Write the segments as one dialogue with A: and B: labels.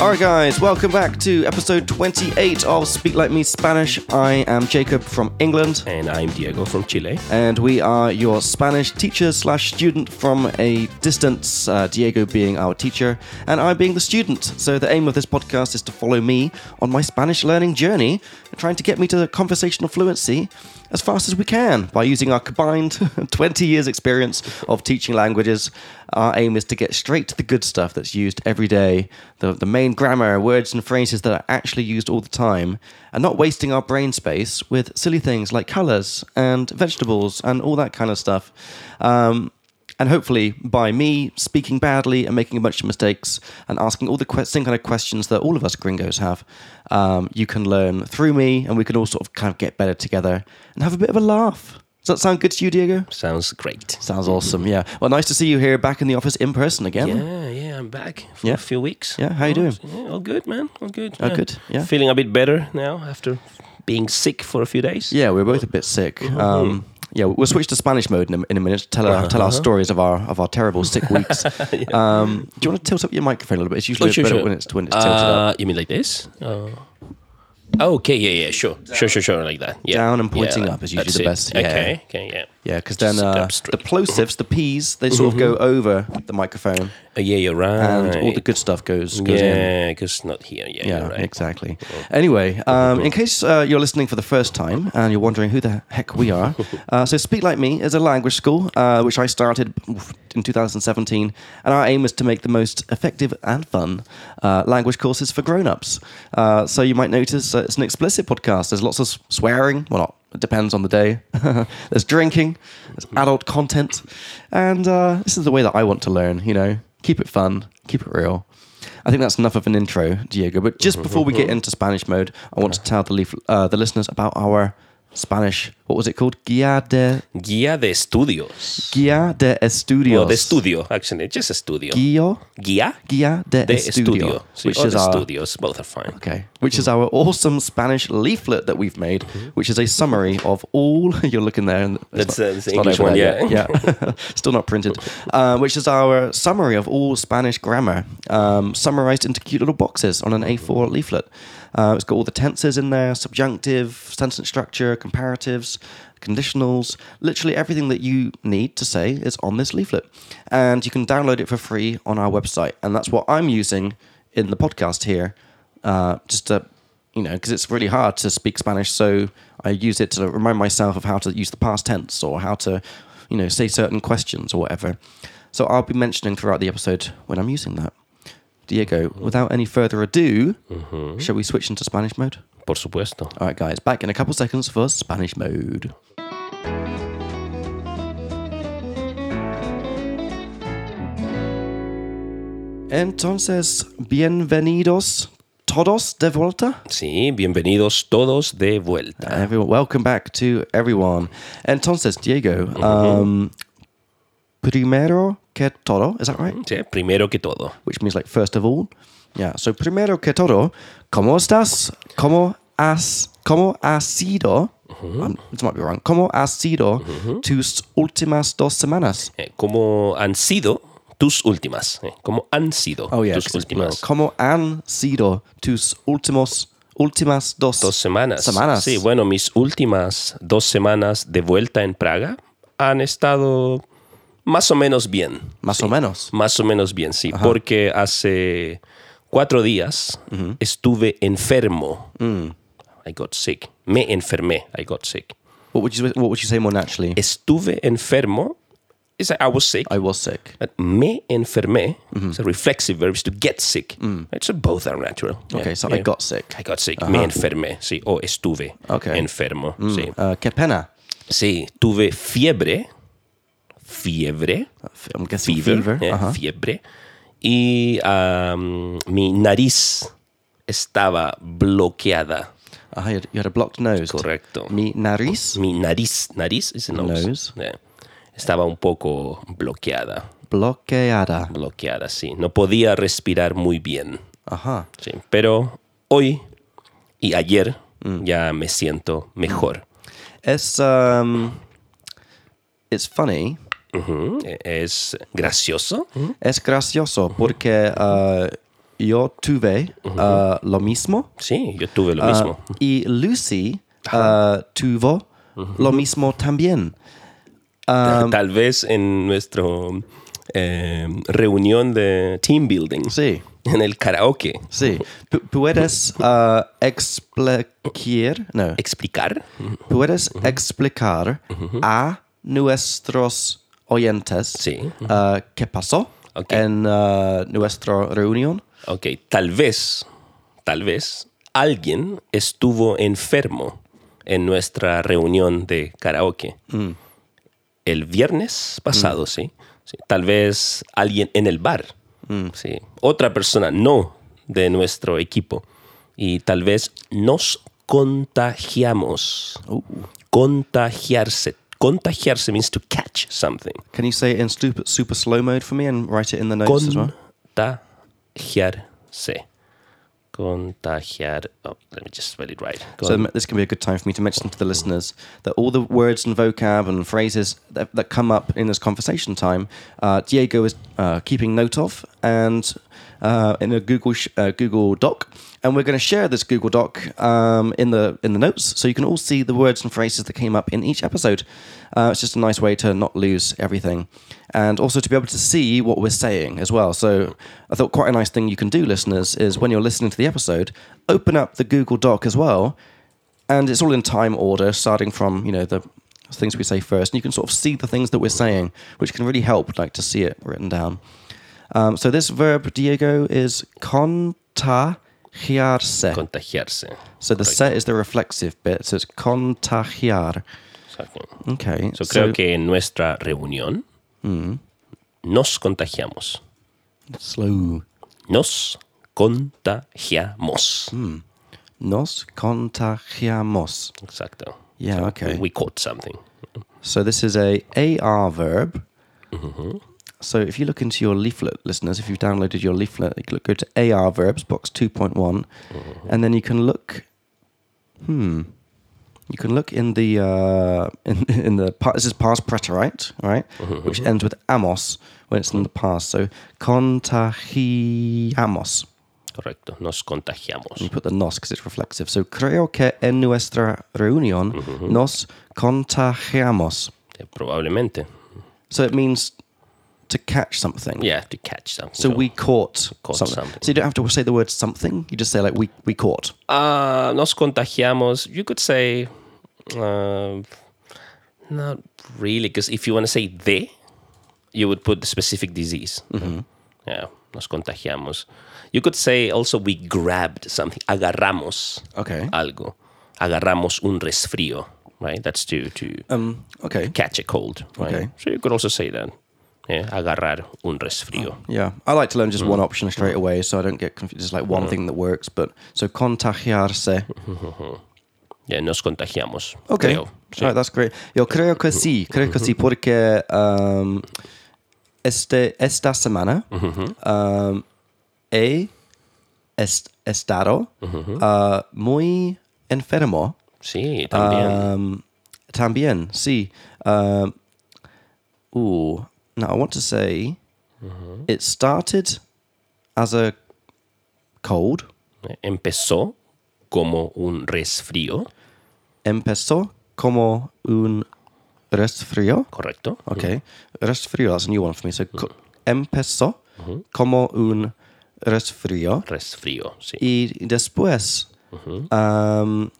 A: All right, guys, welcome back to episode 28 of Speak Like Me Spanish. I am Jacob from England,
B: And I'm Diego from Chile.
A: and we are your Spanish teacher slash student from a distance. Uh, Diego being our teacher, and I being the student. So the aim of this podcast is to follow me on my Spanish learning journey, and trying to get me to the conversational fluency as fast as we can by using our combined 20 years experience of teaching languages. Our aim is to get straight to the good stuff that's used every day, the, the main grammar, words and phrases that are actually used all the time, and not wasting our brain space with silly things like colors and vegetables and all that kind of stuff. Um, and hopefully, by me speaking badly and making a bunch of mistakes and asking all the que- same kind of questions that all of us gringos have, um, you can learn through me and we can all sort of kind of get better together and have a bit of a laugh. Does that sound good to you, Diego?
B: Sounds great.
A: Sounds awesome. Yeah. Well, nice to see you here back in the office in person again.
B: Yeah, yeah, I'm back for
A: Yeah.
B: a few weeks.
A: Yeah, how you
B: All-
A: doing?
B: Yeah, all good, man. All good.
A: All good, yeah.
B: Feeling a bit better now after being sick for a few days.
A: Yeah, we were both a bit sick.
B: Oh.
A: Um, yeah, we'll switch to Spanish mode in a, in a minute to tell, our, tell our
B: Uh-huh.
A: stories of our of our terrible sick weeks. um, do you want to tilt up your microphone a little bit? It's usually
B: Oh, sure,
A: better
B: sure.
A: when it's when it's tilted up.
B: Uh, You mean like this? Uh, okay, yeah, yeah, sure, sure, sure, sure, like that. Yeah.
A: Down and pointing
B: Yeah,
A: up is usually
B: that's
A: the best,
B: it.
A: yeah.
B: Okay, okay, yeah.
A: Yeah, because then
B: Just
A: uh,
B: up straight.
A: the plosives, the P's, they sort of go over the microphone,
B: Uh, yeah, you're right.
A: and all the good stuff goes goes in.
B: yeah, because not here. Yeah,
A: Yeah,
B: you're right.
A: exactly. Anyway, um, in case uh, you're listening for the first time and you're wondering who the heck we are, uh, so Speak Like Me is a language school uh, which I started in 2017, and our aim is to make the most effective and fun uh, language courses for grown-ups. Uh, so you might notice uh, it's an explicit podcast. There's lots of s- swearing. Well, not. It depends on the day. there's drinking. There's adult content, and uh, this is the way that I want to learn. You know, keep it fun, keep it real. I think that's enough of an intro, Diego. But just before we get into Spanish mode, I want to tell the leaf, uh, the listeners about our Spanish. What was it called? Guía de
B: Guía de estudios.
A: Guía de Estudios.
B: Or de estudio, actually, just a studio.
A: Guío-
B: Guía
A: Guía de,
B: de
A: Estudio,
B: estudio. Sí,
A: which
B: or
A: is
B: de
A: our
B: estudios, both are fine.
A: okay, which is our awesome Spanish leaflet that we've made,
B: Mm-hmm.
A: which is a summary of all. You're looking there, and it's
B: That's, uh, that's the
A: it's not
B: English
A: over
B: one,
A: there
B: yeah.
A: yet. yeah. Still not printed. Uh, which is our summary of all Spanish grammar, um, summarized into cute little boxes on an A4 leaflet. Uh, it's got all the tenses in there, subjunctive, sentence structure, comparatives, conditionals, literally everything that you need to say is on this leaflet. And you can download it for free on our website. And that's what I'm using in the podcast here, uh, just to you know, because it's really hard to speak Spanish. So I use it to remind myself of how to use the past tense or how to, you know, say certain questions or whatever. So I'll be mentioning throughout the episode when I'm using that. Diego, without any further ado, shall we switch into Spanish mode?
B: Por supuesto.
A: All right, guys, back in a couple seconds for Spanish mode. Entonces, bienvenidos todos de vuelta.
B: Sí, bienvenidos todos de vuelta.
A: Everyone, welcome back to everyone. Entonces, Diego,
B: Mm-hmm.
A: um, primero que todo, is that right?
B: Sí, primero que todo.
A: Which means like first of all. Yeah. So primero que todo, cómo estás? Cómo has cómo ha sido?
B: Mm-hmm.
A: um, this might be wrong. Cómo ha sido tus últimas dos semanas?
B: Eh, ¿Cómo han sido tus últimas? Eh, ¿Cómo han sido tus
A: 'cause it's plural.
B: últimas
A: Cómo han sido tus últimos últimas dos,
B: dos semanas?
A: semanas?
B: Sí, bueno, mis últimas dos semanas de vuelta en Praga han estado más o menos bien.
A: Más o menos.
B: Más o menos bien, sí. Porque hace cuatro días estuve enfermo.
A: Mm.
B: I got sick. Me enfermé. I got sick.
A: What would you What would you say more naturally?
B: Estuve enfermo. It's like I was sick.
A: I was sick.
B: But me enfermé,
A: Mm-hmm.
B: it's a reflexive verb, is to get sick. Right? So both are natural. Yeah,
A: Mm. Okay, so I
B: yeah.
A: got sick.
B: I got sick. Me enfermé, sí. O estuve
A: Okay.
B: enfermo, sí.
A: Uh, qué pena.
B: Sí, tuve fiebre. Fiebre.
A: I'm guessing
B: Fever.
A: fever.
B: yeah,
A: Uh-huh.
B: Fiebre. Y um, mi nariz estaba bloqueada.
A: Ah, you, had, you had a blocked nose.
B: Correcto.
A: Mi nariz
B: Mi nariz, nariz is a nose.
A: Mm. Nose.
B: Yeah. Estaba un poco bloqueada.
A: bloqueada.
B: Bloqueada, sí. No podía respirar muy bien.
A: Ajá.
B: Sí, pero hoy y ayer
A: Mm.
B: ya me siento mejor.
A: It's um, it's funny.
B: Ujú, e- Es gracioso.
A: Mm.
B: Mm-hmm.
A: Es gracioso porque uh, yo tuve uh, lo mismo.
B: Sí, yo tuve lo
A: Ah,
B: mismo.
A: y Lucy ah, tuvo
B: Mm-hmm.
A: lo mismo también. ah, mm.
B: Ta- Tal vez en nuestra reunión de team building,
A: Sí,
B: en el karaoke.
A: sí. Pu- ¿Puedes ah, explicar? No.
B: ¿Explicar?
A: ¿Puedes explicar a nuestros oyentes
B: Sí.
A: ah, qué pasó
B: Ok.
A: en ah, nuestra reunión?
B: Ok, tal vez, tal vez alguien estuvo enfermo en nuestra reunión de karaoke. El viernes pasado, sí. Sí, Tal vez alguien en el bar. Sí. Otra persona no de nuestro equipo. Y tal vez nos contagiamos. Contagiarse. Contagiarse means to catch something.
A: Can you say it in super, super slow mode for me and write it in the notes as well?
B: Contagiarse. Contagiar. Oh, let me just spell it right.
A: So
B: Con-
A: m- this can be a good time for me to mention to the listeners that all the words and vocab and phrases that, that come up in this conversation time, uh, Diego is uh, keeping note of and uh, in a Google sh- uh, Google Doc, and we're going to share this Google Doc um, in the in the notes, so you can all see the words and phrases that came up in each episode. Uh, it's just a nice way to not lose everything, and also to be able to see what we're saying as well. So I thought quite a nice thing you can do, listeners, is when you're listening to the episode, open up the Google Doc as well, and it's all in time order, starting from you know the things we say first, and you can sort of see the things that we're saying, which can really help, like to see it written down. Um, so this verb, Diego, is contagiarse.
B: contagiarse.
A: So the set is the reflexive bit, so it's contagiar.
B: Exacto.
A: Okay.
B: So, creo que en nuestra reunión
A: Mm.
B: nos contagiamos.
A: slow.
B: Nos contagiamos.
A: Mm. Nos contagiamos.
B: Exacto.
A: Yeah,
B: So,
A: okay.
B: We caught something.
A: So this is a AR verb.
B: Mm-hmm.
A: So if you look into your leaflet, listeners, if you've downloaded your leaflet, you can look, go to AR verbs, box 2one
B: Mm-hmm.
A: and then you can look. Hmm. You can look in the uh, in, in the pa- this is past preterite, right?
B: Mm-hmm.
A: Which ends with amos when it's in the past. So contagiamos.
B: Correcto. Nos contagiamos.
A: You put the nos because it's reflexive. So creo que en nuestra reunión
B: Mm-hmm.
A: nos contagiamos.
B: Eh, Probablemente.
A: So it means to catch something.
B: Yeah, to catch something.
A: So we caught,
B: Caught
A: something.
B: something.
A: So you don't have to say the word something. You just say like we we caught.
B: Ah, nos contagiamos. You could say, uh, not really, because if you want to say de, you would put the specific disease.
A: Mm-hmm.
B: Yeah, nos contagiamos. You could say also we grabbed something. Agarramos
A: Okay.
B: algo. Agarramos un resfrío, right? That's to, to
A: Um. Okay.
B: catch a cold, right?
A: Okay.
B: So you could also say that. Yeah, agarrar un resfrío.
A: Yeah. I like to learn just
B: Hmm.
A: one option straight away, so I don't get confused. Just like one thing that works. But so contagiarse.
B: Yeah, nos contagiamos.
A: Okay.
B: creo. Sí. Mm-hmm.
A: All right. That's great. Yo creo que sí. Creo que sí porque um, este esta semana
B: Mm-hmm.
A: um, he est- estado
B: Mm-hmm.
A: uh, muy enfermo.
B: Sí, también.
A: Um, también, sí. Um, ooh, now I want to say it started as a cold.
B: empezó como un resfrío,
A: Empezó como un resfrío.
B: ¿correcto?
A: Okay, resfrío, that's a new one for me. So co- empezó como un resfrío.
B: Resfrío, sí.
A: y después. Um,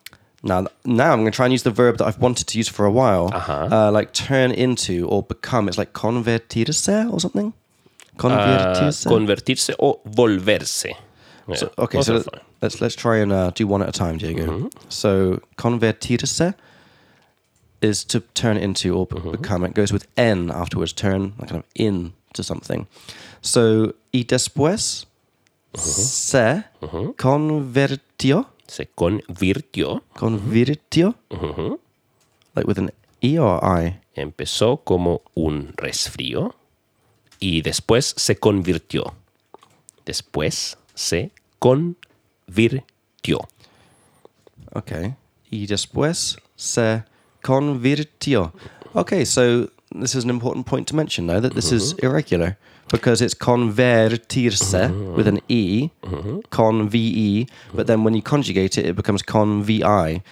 A: now, now I'm going to try and use the verb that I've wanted to use for a while,
B: Ajá.
A: uh, like turn into or become. It's like convertirse or something.
B: Ah,
A: Convertirse.
B: convertirse o volverse. Eh, Yeah,
A: So- okay,
B: both
A: so
B: are
A: let,
B: fine.
A: let's let's try and uh, do one at a time, Diego. So convertirse is to turn into or b- become. It goes with n afterwards. Turn like kind of in to something. So y después se convirtió.
B: se convirtió,
A: Convirtió,
B: ujú,
A: like with an E or I.
B: empezó como un resfrío y después se convirtió. Después se convirtió.
A: E Okay. Y después se convirtió. Okay, so this is an important point to mention now that this is irregular because it's convertirse with an e, con ve, but then when you conjugate it, it becomes con vi,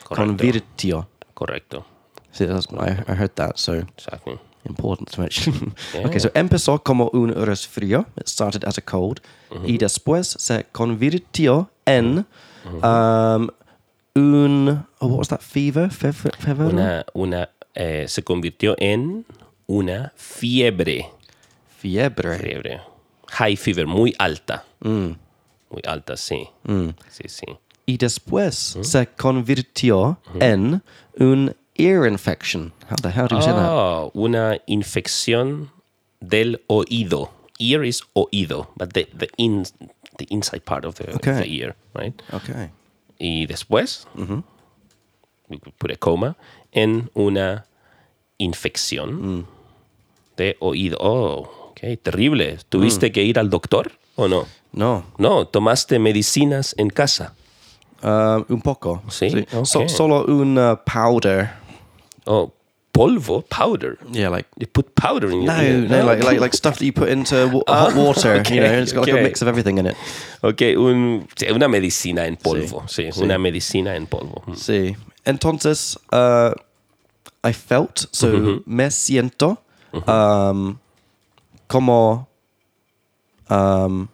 A: convertio.
B: Correcto.
A: See, that's when I, I heard that, so
B: Exacto.
A: important to mention. okay, so empezó como un resfrío. It started as a cold.
B: Mm-hmm.
A: Y después se convirtió en
B: Mm-hmm.
A: um, un. Oh, what was that? Fever? Fever? fever?
B: Una, una, eh, se convirtió en una fiebre.
A: Fiebre.
B: Fiebre. High fever, muy alta. Muy alta, sí. Sí, sí.
A: Y después
B: Mm-hmm.
A: se convirtió en un ear infection. How the hell do you say that?
B: Ah, una infección del oído. Ear is oído, but the, the, in, the inside part of the, of
A: Okay.
B: the ear, right?
A: Okay.
B: Y después, we could put a coma, en una infección de oído. Oh, ok, terrible. ¿Tuviste que ir al doctor o no?
A: No.
B: No, tomaste medicinas en casa.
A: Um, un poco.
B: Sí,
A: So-
B: okay.
A: solo un uh, powder.
B: Oh, polvo, powder.
A: Yeah, like
B: You put powder in your
A: No,
B: ear.
A: no, like, like like stuff that you put into wa- hot water.
B: Uh-huh. okay,
A: you know, it's got like
B: okay.
A: a mix of everything in it.
B: Ok, un- sí, una medicina en polvo. Sí, una medicina en polvo. Mm.
A: See, entonces, uh, I felt so me siento um, como um,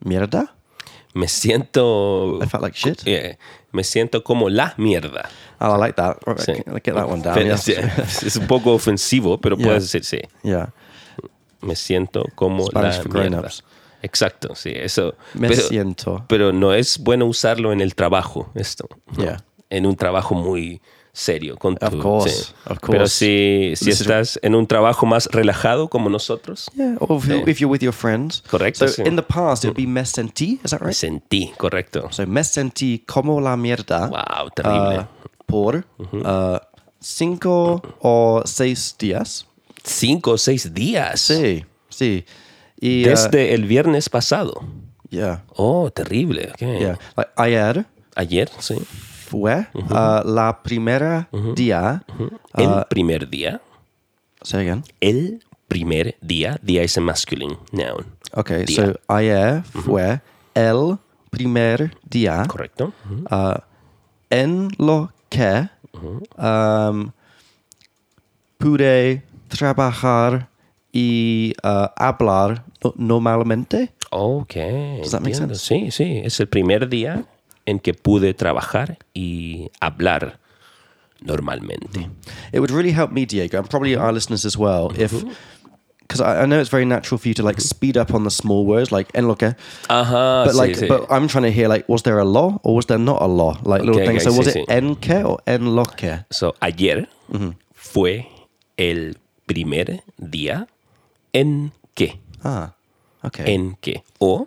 A: mierda.
B: Me siento.
A: I felt like shit.
B: Yeah, me siento como la mierda.
A: Oh, I like that. Right,
B: Sí.
A: I get that one down.
B: Pero-
A: Yeah.
B: sí, es, un poco ofensivo, pero
A: Yeah.
B: puedes decir, sí,
A: yeah.
B: me siento como
A: Spanish
B: la
A: for
B: mierda.
A: grown-ups.
B: Exacto, sí, eso.
A: Me
B: Pero,
A: siento.
B: pero no es bueno usarlo en el trabajo, esto. ¿no?
A: Yeah.
B: En un trabajo muy serio. Con tu,
A: Of course,
B: sí.
A: of
B: Pero
A: course.
B: si, si
A: This is-
B: estás en un trabajo más relajado como nosotros,
A: Yeah, or if, you-
B: Sí.
A: if you're with your friends.
B: Correcto,
A: So
B: sí. Mm.
A: in the past, it would be me sentí. Is that
B: me
A: right?
B: sentí, correcto.
A: So me sentí como la mierda.
B: Wow, terrible.
A: ah, por ah, cinco o seis días.
B: Cinco o seis días.
A: Sí, sí. Y, ah,
B: Desde el viernes pasado.
A: yeah,
B: Oh, terrible. ok.
A: yeah. Like, ayer
B: Ayer, sí.
A: fue ah, la primera día. Ah,
B: El primer día.
A: Say again.
B: El primer día. Día es a masculine noun.
A: Okay,
B: Día.
A: so ayer fue el primer día
B: Correcto. Ujú.
A: ah, en lo que am, pude trabajar y ah, hablar no- normalmente.
B: Ok.
A: that make
B: entiendo. Sí, sí. Es el primer día en que pude trabajar y hablar normalmente.
A: It would really help me, Diego, and probably
B: Mm-hmm.
A: our listeners as well, if because I, I know it's very natural for you to like
B: Mm-hmm.
A: speed up on the small words like enloque,
B: Ajá.
A: but
B: sí,
A: like,
B: sí.
A: but I'm trying to hear like, was there a law or was there not a law? Like little
B: Okay,
A: things.
B: okay,
A: so was
B: sí,
A: it
B: sí.
A: enque or enloque?
B: So, ayer fue el primer día en que.
A: Ah, okay,
B: en que o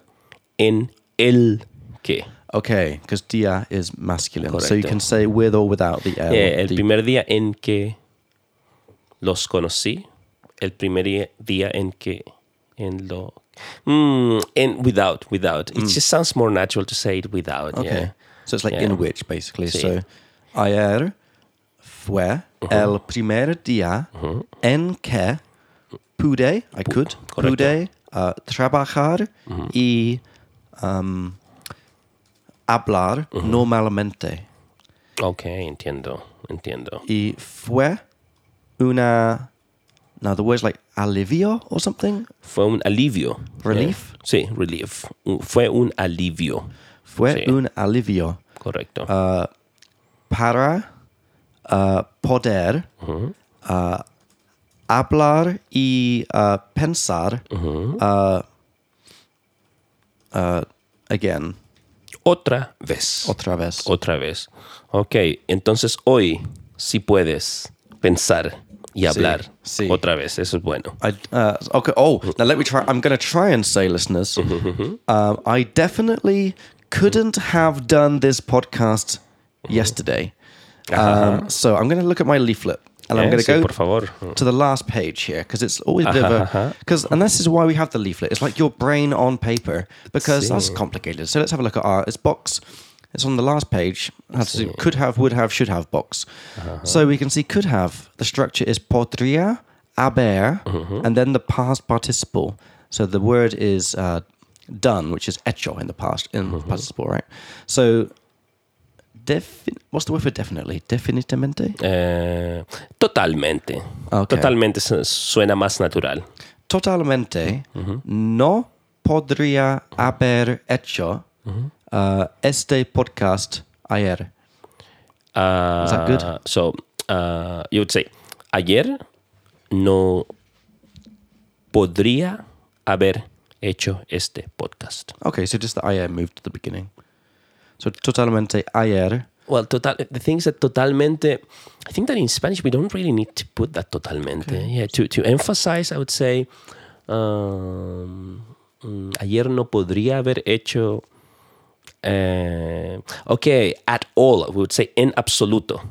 B: en el que.
A: okay, because dia is masculine, so you
B: Correcto.
A: can say with or without the l.
B: Eh, el
A: the-
B: primer día en que los conocí, el primer día- día en que en lo Mm, en without without
A: Mm.
B: it just sounds more natural to say it without
A: okay,
B: yeah.
A: so it's like
B: Yeah.
A: in which basically.
B: Sí.
A: So ayer fue
B: Uh-huh.
A: el primer dia en que pude, I could,
B: correcto. Uh-huh.
A: pude uh, trabajar y um, hablar
B: Uh-huh.
A: normalmente.
B: ok entiendo entiendo
A: Y fue una. Now the word's like alivio or something.
B: fue un alivio
A: Relief.
B: Eh, sí relief Un- fue un alivio
A: Fue
B: Sí.
A: un alivio
B: correcto
A: Ah. para uh, poder uh, hablar y uh, pensar uh, uh, again
B: otra vez
A: otra vez.
B: Otra vez. Ok, entonces hoy sí puedes pensar y hablar
A: sí.
B: otra vez. Eso es bueno.
A: I, uh, okay. Oh, now let me try. I'm going to try and say, listeners, um, I definitely couldn't have done this podcast yesterday. Um, so I'm going to look at my leaflet and I'm
B: Eh,
A: going to
B: sí, por
A: go
B: favor.
A: to the last page here because it's always a bit of a because and this is why we have the leaflet. It's like your brain on paper because that's complicated. So let's have a look at our it's box. It's on the last page. It has to do could have, would have, should have box. So we can see could have. The structure is podría haber, and then the past participle. So the word is uh, done, which is hecho in the past in participle, right? So defi- what's the word for definitely? Definitamente.
B: Eh, totalmente.
A: Ah, Ok.
B: Totalmente su- suena más natural.
A: Totalmente. No podría haber hecho uh, este podcast ayer.
B: Uh,
A: Is that good?
B: So uh, you would say, ayer no podría haber hecho este podcast.
A: Okay, so just the ayer moved to the beginning. So totalmente ayer.
B: Well, total. The thing is that totalmente. I think that in Spanish we don't really need to put that totalmente. Yeah, to to emphasize, I would say. Um, mm, ayer no podría haber hecho. eh, okay, at all we would say en absoluto.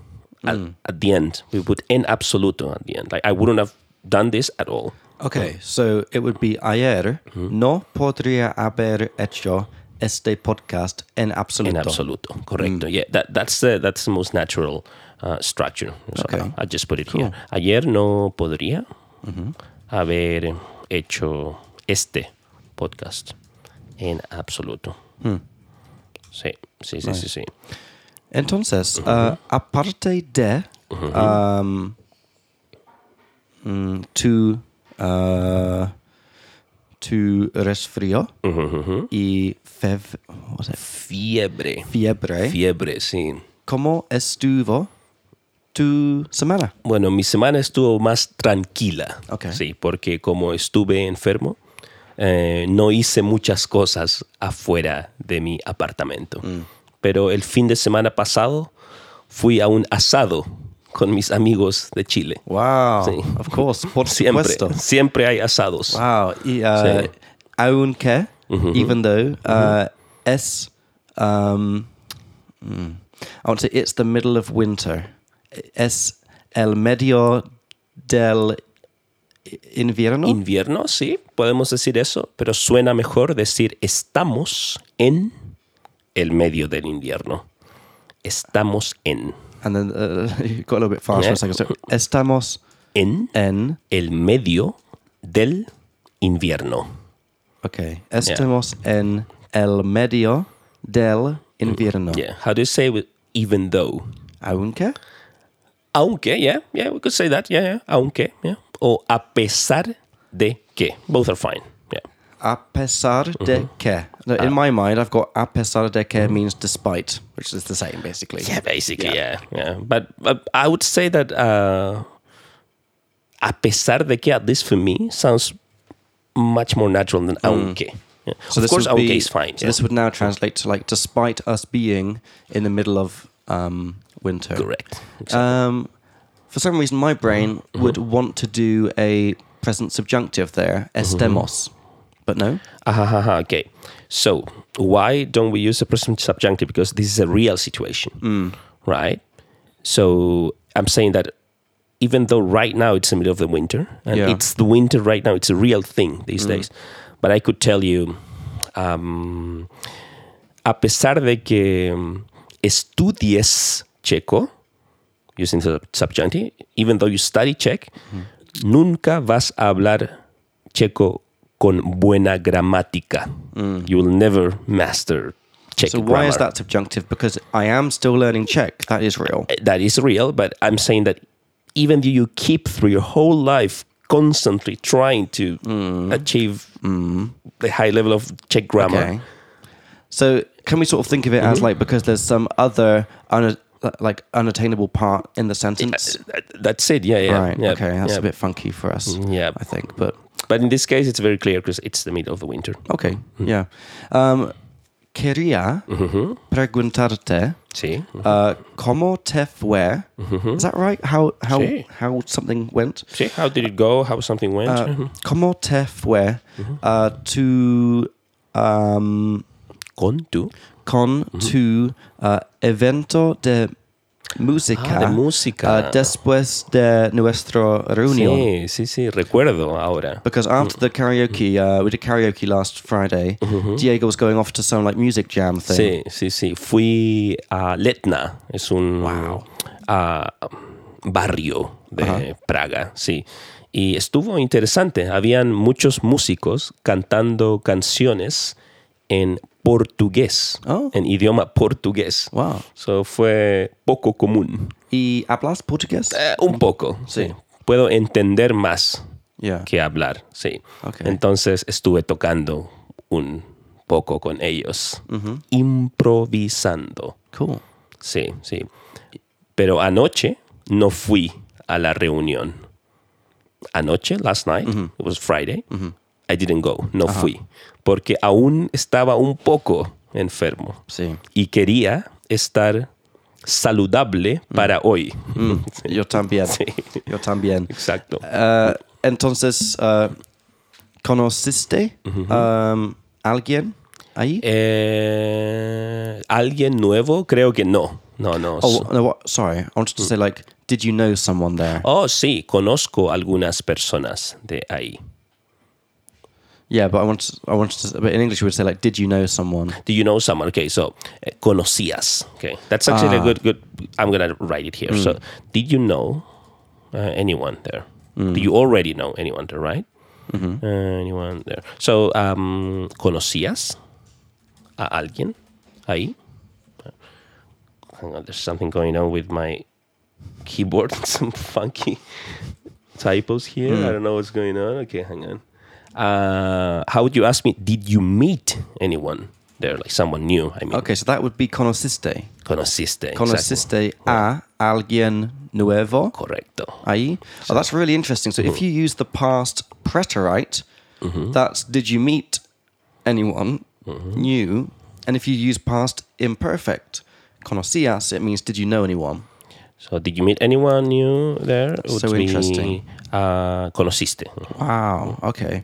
B: At, at the end, we would en absoluto at the end. Like I wouldn't have done this at all.
A: Okay, Uh, so it would be ayer. No podría haber hecho este podcast en absoluto.
B: En absoluto, correcto. Yeah, that, that's the that's the most natural uh, structure. So
A: Okay.
B: I just put it here. Ayer no podría haber hecho este podcast en absoluto. Sí, sí, sí, sí, sí.
A: Entonces, uh, aparte de um, mm, tu uh, tu resfrío y fev- what was it?
B: Fiebre.
A: fiebre,
B: Fiebre, sí.
A: ¿cómo estuvo tu semana?
B: Bueno, mi semana estuvo más tranquila.
A: Ok.
B: Sí, porque como estuve enfermo, eh, no hice muchas cosas afuera de mi apartamento.
A: Mm.
B: Pero el fin de semana pasado fui a un asado con mis amigos de Chile.
A: Wow,
B: Sí.
A: of course, por
B: Siempre,
A: supuesto.
B: siempre hay asados.
A: Wow, y, uh,
B: Sí.
A: aunque,
B: Mm-hmm.
A: even though, uh, es, um, mm, I want to say it's the middle of winter. Es el medio del invierno.
B: Invierno, sí, podemos decir eso, pero suena mejor decir estamos en el medio del invierno. Estamos en.
A: and then uh, you got a little bit fast for
B: Yeah.
A: a second. So, estamos
B: En
A: en,
B: el medio del invierno.
A: okay, estamos en el medio del invierno.
B: Yeah. How do you say with even though?
A: Aunque,
B: Aunque, yeah, yeah, we could say that, yeah, yeah, aunque, yeah. O a pesar de que. Both are fine. Yeah.
A: A pesar de
B: Mm-hmm.
A: que. No,
B: Ah.
A: in my mind, I've got a pesar de que means despite, which is the same basically.
B: Yeah, basically, yeah, yeah. But, but I would say that uh, a pesar de que, at least for me, sounds much more natural than aunque. Yeah.
A: So
B: of
A: this
B: course,
A: would
B: aunque
A: be-
B: is fine.
A: So
B: yeah.
A: This would now translate to like, despite us being in the middle of um, winter.
B: Correct.
A: Um, for some reason, my brain
B: Mm-hmm.
A: would want to do a present subjunctive there,
B: Mm-hmm.
A: estemos, but no.
B: Aha, aha, aha, okay. So why don't we use the present subjunctive? Because this is a real situation, right? So I'm saying that even though right now it's the middle of the winter, and
A: Yeah.
B: it's the winter right now, it's a real thing these days. But I could tell you, um, a pesar de que um, estudies checo, using the subjunctive, even though you study Czech, nunca vas a hablar checo con buena gramática. You will never master
A: Mm.
B: Czech
A: So
B: grammar.
A: why is that subjunctive? Because I am still learning Czech. That is real.
B: Eh, That is real, but I'm saying that even though you keep through your whole life constantly trying to
A: Mm.
B: achieve the high level of Czech grammar,
A: Okay. So can we sort of think of it as
B: Mm-hmm.
A: like because there's some other una- like unattainable part in the sentence?
B: that- eh, that's it. Yeah, yeah.
A: right.
B: yeah,
A: okay. That's
B: yeah. Mm-hmm.
A: a bit funky for us.
B: yeah.
A: I think, but
B: But in this case, it's very clear because it's the middle of the winter.
A: okay.
B: Mm-hmm.
A: Yeah. Um, quería preguntarte
B: See?
A: uh, cómo te fue. Is that right? How how
B: Mm-hmm. Sí.
A: how something went?
B: See, how did it go? How something went?
A: Uh, Cómo te fue
B: Mm-hmm.
A: uh, to um,
B: Con tu Mhm.
A: con tu uh, evento de música,
B: Ah, de música.
A: uh, después de nuestra reunión.
B: Sí, sí, sí, recuerdo ahora.
A: Because after the
B: Mm.
A: karaoke, uh, we did karaoke last Friday. Diego was going off to some like music jam thing.
B: Mm-hmm. Sí, sí, sí. Fui a Letna, es un ah, barrio de Praga, sí. Y estuvo interesante. Habían muchos músicos cantando canciones en portugués,
A: Oh.
B: en idioma portugués.
A: Wow.
B: So, fue poco común.
A: ¿Y hablas portugués?
B: Eh, un poco, sí. Puedo entender más
A: Yeah.
B: que hablar, sí.
A: Ok.
B: Entonces estuve tocando un poco con ellos, improvisando,
A: Cool.
B: sí, sí. Pero anoche no fui a la reunión. Anoche, last night, it was Friday, I didn't go, no fui, porque aún estaba un poco enfermo
A: Sí.
B: y quería estar saludable para hoy.
A: Yo también.
B: Sí.
A: Yo también.
B: Exacto.
A: Uh, entonces, uh, ¿conociste
B: Mm-hmm.
A: um, alguien ahí?
B: Eh, ¿Alguien nuevo? Creo que no. No, no.
A: Oh, no, what, sorry. I wanted to
B: Mm.
A: say, like, did you know someone there?
B: Oh, sí, conozco algunas personas de ahí.
A: Yeah, but I wanted, I wanted to, but in English we would say, like, did you know someone?
B: Do you know someone? Okay, so eh, conocías. Okay, that's actually a
A: Ah. Mm.
B: good, good. I'm gonna write it here. So, did you know uh, anyone there? Do you already know anyone there, right? Uh, anyone there? So, um, conocías a alguien ahí? Uh, Hang on, there's something going on with my keyboard. Some funky typos here. I don't know what's going on. Okay, hang on. Uh, how would you ask me? Did you meet anyone there, like someone new? I mean,
A: Okay, so that would be conociste.
B: conociste. exacto.
A: Conociste a alguien nuevo
B: Correcto.
A: ahí. Oh, that's really interesting. So if you use the past preterite, that's did you meet anyone new? And if you use past imperfect, conocías, it means did you know anyone?
B: So, did you meet anyone new there? Would
A: So
B: be,
A: interesting.
B: Uh, conociste.
A: Wow. Okay.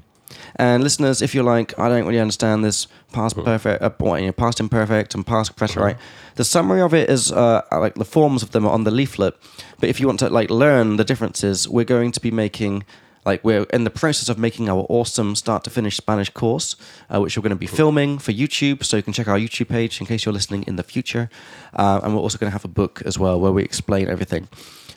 A: And listeners, if you're like, I don't really understand this past perfect, uh, well, you know, past imperfect, and past preterite, the summary of it is uh, like the forms of them are on the leaflet. But if you want to like learn the differences, we're going to be making like we're in the process of making our awesome start to finish Spanish course, uh, which we're going to be filming for YouTube. So you can check our YouTube page in case you're listening in the future. Uh, and we're also going to have a book as well where we explain everything.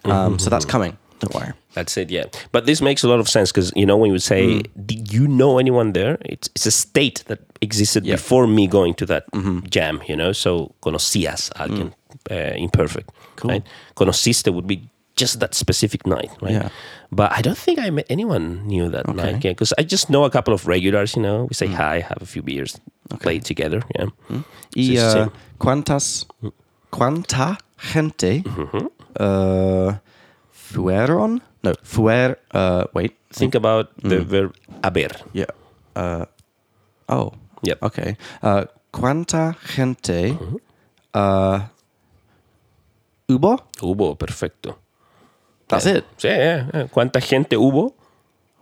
A: Um, so that's coming. Don't worry.
B: That's it, yeah. But this makes a lot of sense because you know when you
A: Mm.
B: say, "Did you know anyone there?" It's it's a state that existed
A: Yeah. Mm-hmm.
B: before me going to that jam, you know. So conocías a alguien uh, imperfect,
A: Mm. Cool.
B: right? Conociste would be just that specific night, right?
A: Yeah.
B: But I don't think I met anyone new that night, yeah. Because I just know a couple of regulars, you know. We say
A: Mm.
B: hi, have a few beers, play together, yeah.
A: Y
B: Sí, sí,
A: uh,
B: sí.
A: cuántas, cuánta gente uh, fueron? No, fuer. Uh, wait.
B: Think about the
A: Mm.
B: verb haber.
A: Yeah. Uh, oh.
B: Yep.
A: Okay. Uh, cuánta gente uh, hubo?
B: Hubo, perfecto.
A: That's it.
B: Sí, yeah, yeah. ¿Cuánta gente hubo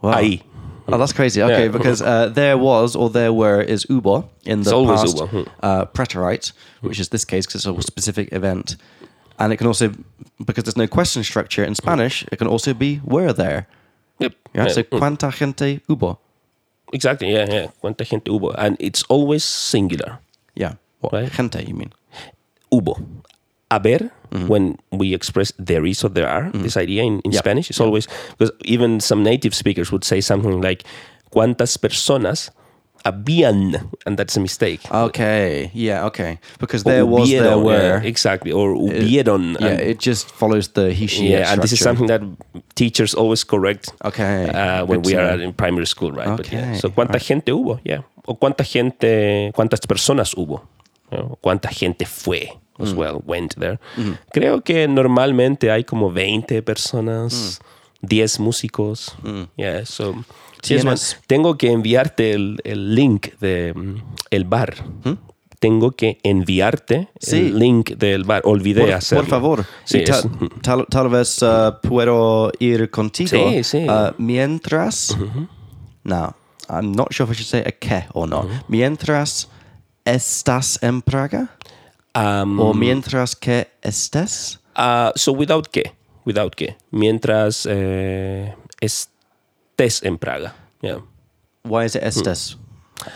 A: Wow.
B: Eh, ahí?
A: Oh, that's crazy. Okay, because uh, there was or there were is Uber in the
B: It's always
A: past
B: Uber, hmm.
A: uh, preterite, which is this case because it's a specific event, and it can also because there's no question structure in Spanish. It can also be were there.
B: Yep.
A: Yeah. So
B: Mm.
A: cuánta gente hubo?
B: Exactly. Yeah, yeah. ¿Cuánta gente hubo? And it's always singular.
A: Yeah. What
B: Right.
A: gente you mean?
B: Hubo. Haber,
A: Mm-hmm.
B: when we express there is or there are, this idea in, in
A: Yeah.
B: Spanish, it's always because even some native speakers would say something like, ¿Cuántas personas habían? And that's a mistake.
A: Okay. Yeah. Okay. Because
B: Or
A: there was,
B: hubieron,
A: there
B: yeah,
A: were. Eh,
B: exactly. Or hubieron.
A: yeah.
B: and-
A: It just follows the he she.
B: yeah, and this is
A: structure.
B: something that teachers always correct
A: Okay.
B: uh, when
A: Good
B: we
A: to
B: are
A: know.
B: in primary school, right? yeah.
A: Okay,
B: So, ¿cuánta gente hubo? Yeah. O cuánta gente, cuántas personas hubo? you know, ¿Cuánta gente fue? As
A: Mm.
B: well, went there. Creo que normalmente hay como 20 personas,
A: Mm.
B: 10 músicos. Yeah, so. sí, es bueno.
A: Tienes-
B: Tengo que enviarte el, el link de mm, el bar. Tengo que enviarte
A: ¿Mm? Sí.
B: el link del bar. Olvidé
A: Por, por
B: hacerlo.
A: favor,
B: Sí,
A: Y ta-
B: es-
A: tal, tal vez uh, puedo ir contigo.
B: Sí, sí.
A: uh, mientras. Now, I'm not sure if I should say a que or not. Mientras estás en Praga?
B: Um,
A: Or mientras que estés?
B: Ah, so, without qué, without qué. Mientras eh, estés en Praga. Yeah.
A: Why is it estes?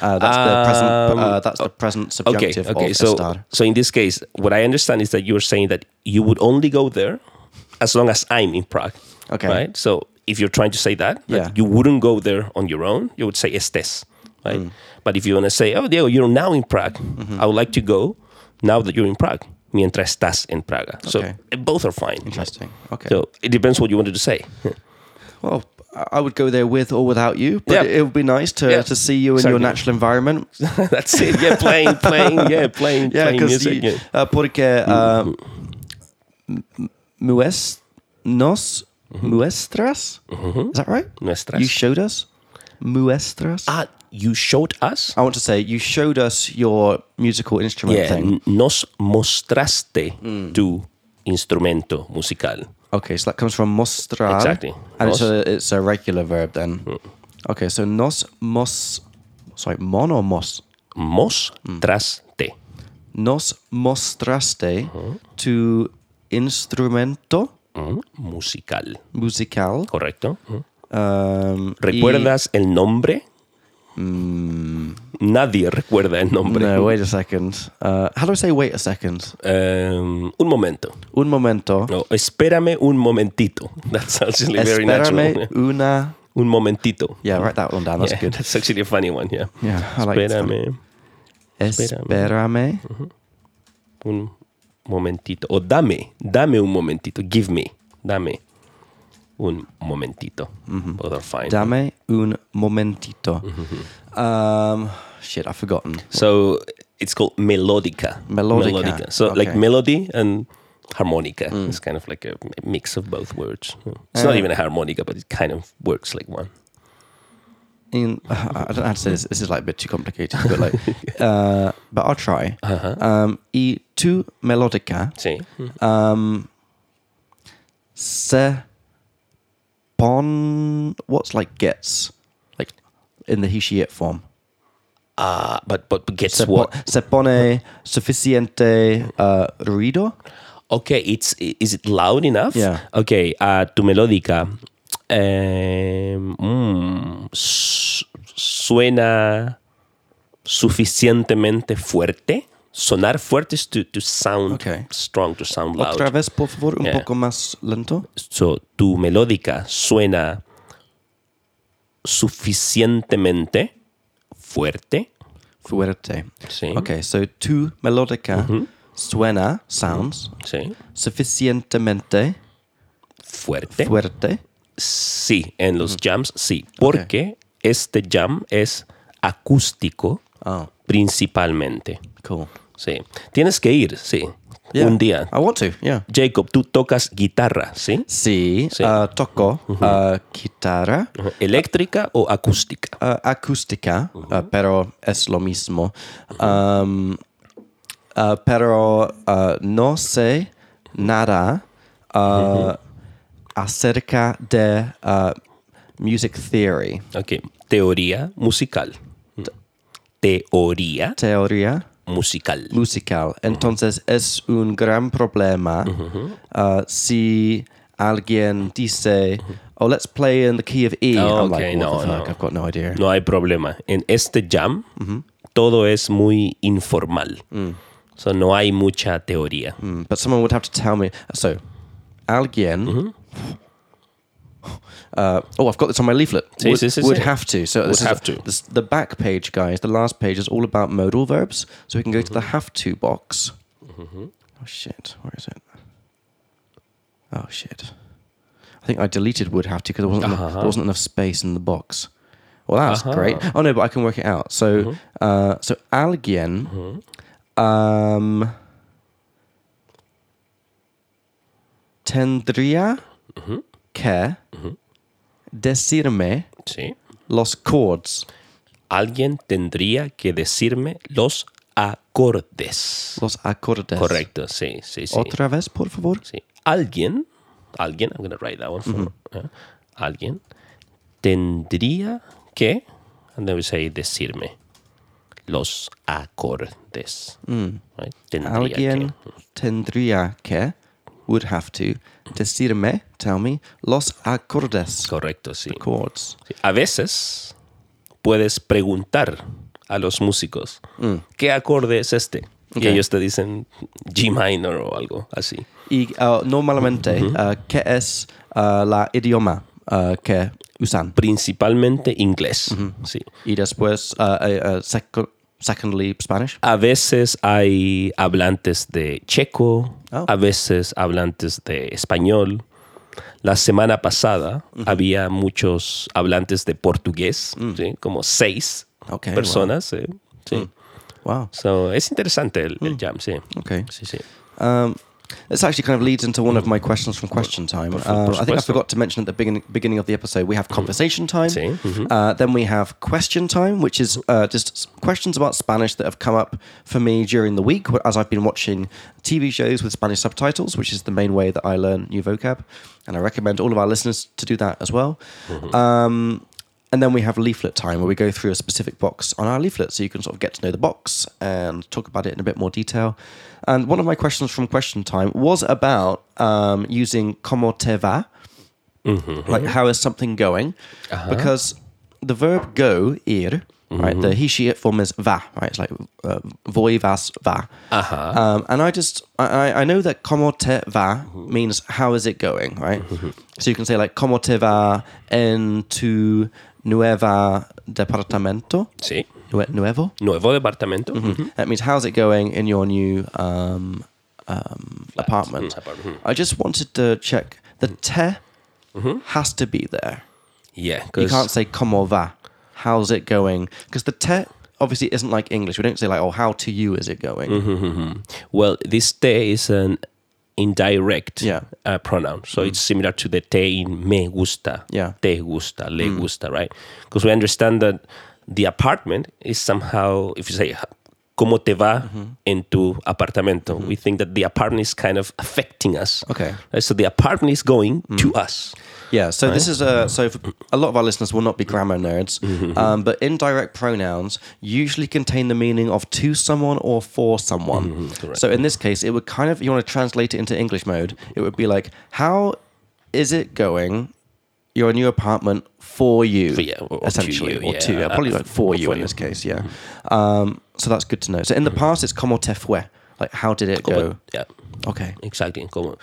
A: Uh, that's, the present, uh,
B: Um,
A: that's the present
B: Okay,
A: subjunctive
B: okay.
A: of
B: So,
A: estar.
B: so in this case, what I understand is that you're saying that you would only go there as long as I'm in Prague.
A: Okay.
B: Right? So if you're trying to say that, that
A: Yeah.
B: you wouldn't go there on your own, you would say estes. Right?
A: Mm.
B: But if you want to say, oh, Diego, you're now in Prague,
A: Mm-hmm.
B: I would like to go now that you're in Prague, mientras estás en Praga. So
A: Okay.
B: uh, both are fine.
A: Interesting. Okay.
B: So it depends what you wanted to say.
A: Well, I- I would go there with or without you, but
B: Yeah.
A: it, it would be nice to,
B: Yeah.
A: to see you in your
B: Exactly.
A: natural environment.
B: That's it. Yeah, playing, playing, yeah, playing,
A: Yeah,
B: playing
A: because
B: music. yeah. Mm-hmm.
A: uh, porque uh, m- mues nos muestras.
B: Mm-hmm.
A: Is that right?
B: Nuestras.
A: You showed us muestras.
B: ah, you showed us?
A: I want to say you showed us your musical instrument
B: Yeah,
A: thing.
B: n- nos mostraste
A: Mm.
B: tu instrumento musical.
A: Okay, so that comes from mostrar.
B: Exactly. Mm.
A: And it's
B: Nos.
A: a, it's a regular verb then. Okay, so nos mos. Sorry, mon or mos? Mm.
B: Mostraste.
A: Nos mostraste
B: Mm-hmm.
A: tu instrumento
B: Mm, Musical,
A: musical.
B: ¿correcto? Mm.
A: Um, y-
B: ¿Recuerdas el nombre? Nadie recuerda el nombre.
A: Mm. No, wait a second. Uh, how do I say wait a second?
B: Um, un momento.
A: Un momento.
B: No, espérame un momentito. That's actually
A: Espérame
B: very natural.
A: una.
B: Un momentito.
A: Yeah, write that one down. That's
B: Yeah,
A: good.
B: that's actually a funny one, yeah.
A: Yeah, I like that.
B: espérame
A: Espérame.
B: un momentito. O dame, dame un momentito. Give me, dame un momentito. Both are
A: Mm-hmm.
B: fine.
A: Dame un momentito. Um, shit, I've forgotten.
B: So it's called melodica.
A: Melodica,
B: So like
A: okay. Mm.
B: melody and harmonica. It's kind of like a m- mix of both words. It's not
A: Uh,
B: even a harmonica, but it kind of works like one.
A: In, I don't know how to say this. This is like a bit too complicated, but like, uh, but I'll try.
B: Uh-huh.
A: Um, y tu melodica
B: Sí.
A: um, se pon. What's like gets like in the he she it form?
B: Ah, but but gets
A: Se, pon,
B: what?
A: se pone suficiente uh, ruido.
B: Okay, it's i- is it loud enough?
A: Yeah.
B: Okay, uh, tu melódica em, mm, su- suena suficientemente fuerte. Sonar fuerte is to, to sound
A: Okay.
B: strong, to sound loud.
A: Otra vez, por favor, un
B: Yeah.
A: poco más lento.
B: So, tu melódica suena suficientemente fuerte.
A: Fuerte.
B: Sí.
A: Okay, so tu melodica
B: Mm-hmm.
A: suena sounds
B: Sí.
A: suficientemente
B: Fuerte.
A: fuerte.
B: Sí, en los jams sí, porque este jam es acústico
A: Oh,
B: principalmente.
A: cool.
B: Sí, tienes que ir, sí,
A: Yeah.
B: un día.
A: I want to. Yeah.
B: Jacob, tú tocas guitarra, ¿sí?
A: Sí.
B: Sí. Mm-hmm.
A: Uh, toco uh, guitarra
B: ¿Eléctrica o acústica?
A: uh, acústica, uh,
B: Mm-hmm.
A: pero es lo mismo. Um, uh, pero uh, no sé nada uh,
B: Mm-hmm.
A: acerca de uh, music theory.
B: Ok, teoría musical. Teoría
A: Teoría
B: musical.
A: musical.
B: Mm-hmm.
A: Entonces es un gran problema uh, si alguien dice, oh, let's play in the key of E.
B: Mm-hmm. Oh,
A: I'm
B: okay,
A: like, what
B: no,
A: the fuck?
B: no.
A: I've got no idea.
B: No hay problema. En este jam todo es muy informal. So, no hay mucha teoría.
A: Mm, But someone would have to tell me. So, alguien. Uh, oh, I've got this on my leaflet.
B: Sí,
A: would
B: sí, sí,
A: would
B: sí.
A: have to. So this is-
B: Would have to.
A: This, the back page, guys. The last page is all about modal verbs. So we can go to the
B: Mm-hmm.
A: have to box. Oh shit! Where is it? Oh shit! I think I deleted would have to because there wasn't enough,
B: Uh-huh.
A: there wasn't enough space in the box. Well, that's great. Oh no, but I can work it out. So,
B: Mm-hmm.
A: uh, so alguien. Um, tendría
B: Mm-hmm.
A: que decirme
B: Sí.
A: los chords.
B: alguien tendría que decirme los acordes.
A: Los acordes.
B: Correcto, sí, sí, sí.
A: Otra vez, por favor.
B: sí. Alguien, alguien, I'm gonna write that one for eh, alguien tendría que, and then we say decirme los acordes. Right? Tendría
A: Mm. Alguien
B: que.
A: tendría que would have to decirme, tell me, los acordes,
B: Correcto, sí.
A: chords.
B: Sí. A veces puedes preguntar a los músicos qué acorde es este.
A: Mm.
B: Y
A: Ok.
B: ellos te dicen G minor o algo así.
A: Y ah, normalmente, ah, ¿qué es ah, la idioma ah, que usan?
B: Principalmente inglés. sí.
A: Y después, ah, eh, ah, seco- secondly, Spanish.
B: A veces hay hablantes de checo,
A: Oh.
B: a veces hablantes de español. La semana pasada había muchos hablantes de portugués, ¿sí? como seis
A: Ok,
B: personas. ¿sí? Sí.
A: Wow.
B: So, es interesante el, el jam, sí.
A: Okay.
B: Sí, sí.
A: Um, this actually kind of leads into one of my questions from question time. Uh, I think I
B: supuesto.
A: forgot to mention at the beginning, beginning of the episode, we have conversation time.
B: Sí, mm.
A: Uh, then we have question time, which is uh, just s- questions about Spanish that have come up for me during the week wh- as I've been watching TV shows with Spanish subtitles, which is the main way that I learn new vocab. And I recommend all of our listeners to do that as well. Um, and then we have leaflet time where we go through a specific box on our leaflet so you can sort of get to know the box and talk about it in a bit more detail. And one of my questions from question time was about um, using como te va, like
B: Mm-hmm.
A: how is something going?
B: Uh-huh.
A: Because the verb go, ir, right,
B: Mm-hmm.
A: the he, she, it form is va, right? It's like uh, voi, vas, va.
B: Ajá.
A: Um, and I just, I, I- I know that como te va
B: Mm-hmm.
A: means how is it going, right? So you can say like como te va en tu nueva departamento,
B: Sí.
A: Nue- nuevo.
B: Nuevo departamento. Ujú.
A: That means how's it going in your new um, um, apartment.
B: Mm, apartment. Mm-hmm.
A: I just wanted to check the te has to be there.
B: Yeah,
A: You
B: 'cause-
A: can't say como va. How's it going? Because the te obviously isn't like English. We don't say like, oh, how to you is it going?
B: Mm-hmm. Well, this te is an indirect
A: Yeah. Mm-hmm.
B: uh, pronoun, so it's similar to the te in me gusta,
A: Yeah. Mm-hmm.
B: te gusta, le gusta, right? Because we understand that the apartment is somehow, if you say como te va
A: Mm-hmm.
B: en tu apartamento, we think that the apartment is kind of affecting us.
A: Okay. Mm-hmm.
B: Right? So the apartment is going to us.
A: Yeah, so this is a so for, a lot of our listeners will not be grammar nerds,
B: Mm-hmm.
A: um, but indirect pronouns usually contain the meaning of to someone or for someone.
B: Mm-hmm, correct.
A: so in this case, it would kind of you want to translate it into English mode. It would be like, "How is it going? Your new apartment for you,
B: For you, or- or to
A: essentially,
B: you,
A: or
B: yeah,
A: to you. probably
B: uh,
A: like for
B: or
A: you
B: for
A: in
B: you.
A: this case, yeah.
B: Hmm.
A: Um, so that's good to know. So in the past, it's como te fue, like how did it
B: Como-
A: go?
B: yeah,
A: Okay.
B: exactly. Como,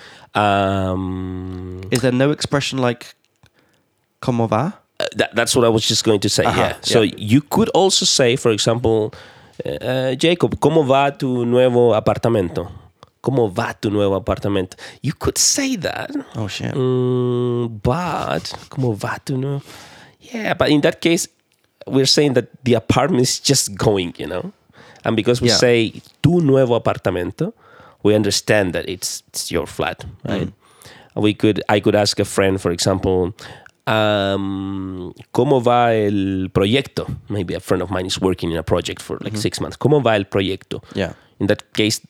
B: um,
A: Is there no expression like como va?
B: Uh, that, that's what I was just going to say.
A: Aha,
B: yeah. So
A: yeah.
B: you could also say, for example, uh, Jacob, ¿cómo va tu nuevo apartamento? ¿Cómo va tu nuevo apartamento? You could say that,
A: Oh shit.
B: mm, but ¿cómo va tu nuevo? Yeah, but in that case, we're saying that the apartment is just going, you know? And because we
A: Yeah.
B: say tu nuevo apartamento, we understand that it's, it's your flat,
A: Mm.
B: right? We could, I could ask a friend, for example, um, ¿cómo va el proyecto? Maybe a friend of mine is working in a project for like six months. ¿Cómo va el proyecto?
A: Mm-hmm. Yeah.
B: In that case,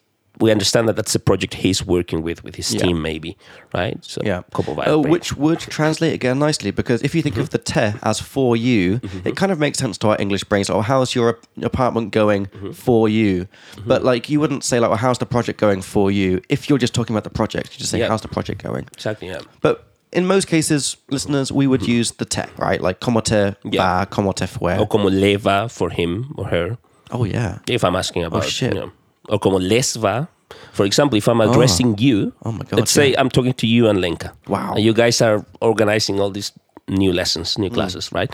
B: we understand that that's a project he's working with, with his
A: Yeah.
B: team, maybe, right? So,
A: Yeah.
B: ¿cómo va
A: Uh,
B: el proyecto?
A: which would translate again nicely because if you think of the
B: Mm-hmm.
A: te as for you, it kind of makes sense to our English brains. Like, oh, how's your ap- apartment going
B: Mm-hmm.
A: for you? But like, you wouldn't say like, well, how's the project going for you? If you're just talking about the project, you just say,
B: Yeah.
A: how's the project going?
B: Exactly, yeah.
A: But in most cases, listeners, we would use the te, right? Like, como te
B: Yeah.
A: va, como te fue.
B: Or
A: Oh,
B: como le va for him or her.
A: yeah.
B: if I'm asking about,
A: Oh, shit.
B: you know, or como les va. For example, if I'm addressing you,
A: Oh my God,
B: let's say I'm talking to you and Lenka.
A: Wow. Mm.
B: And you guys are organizing all these new lessons, new classes, right?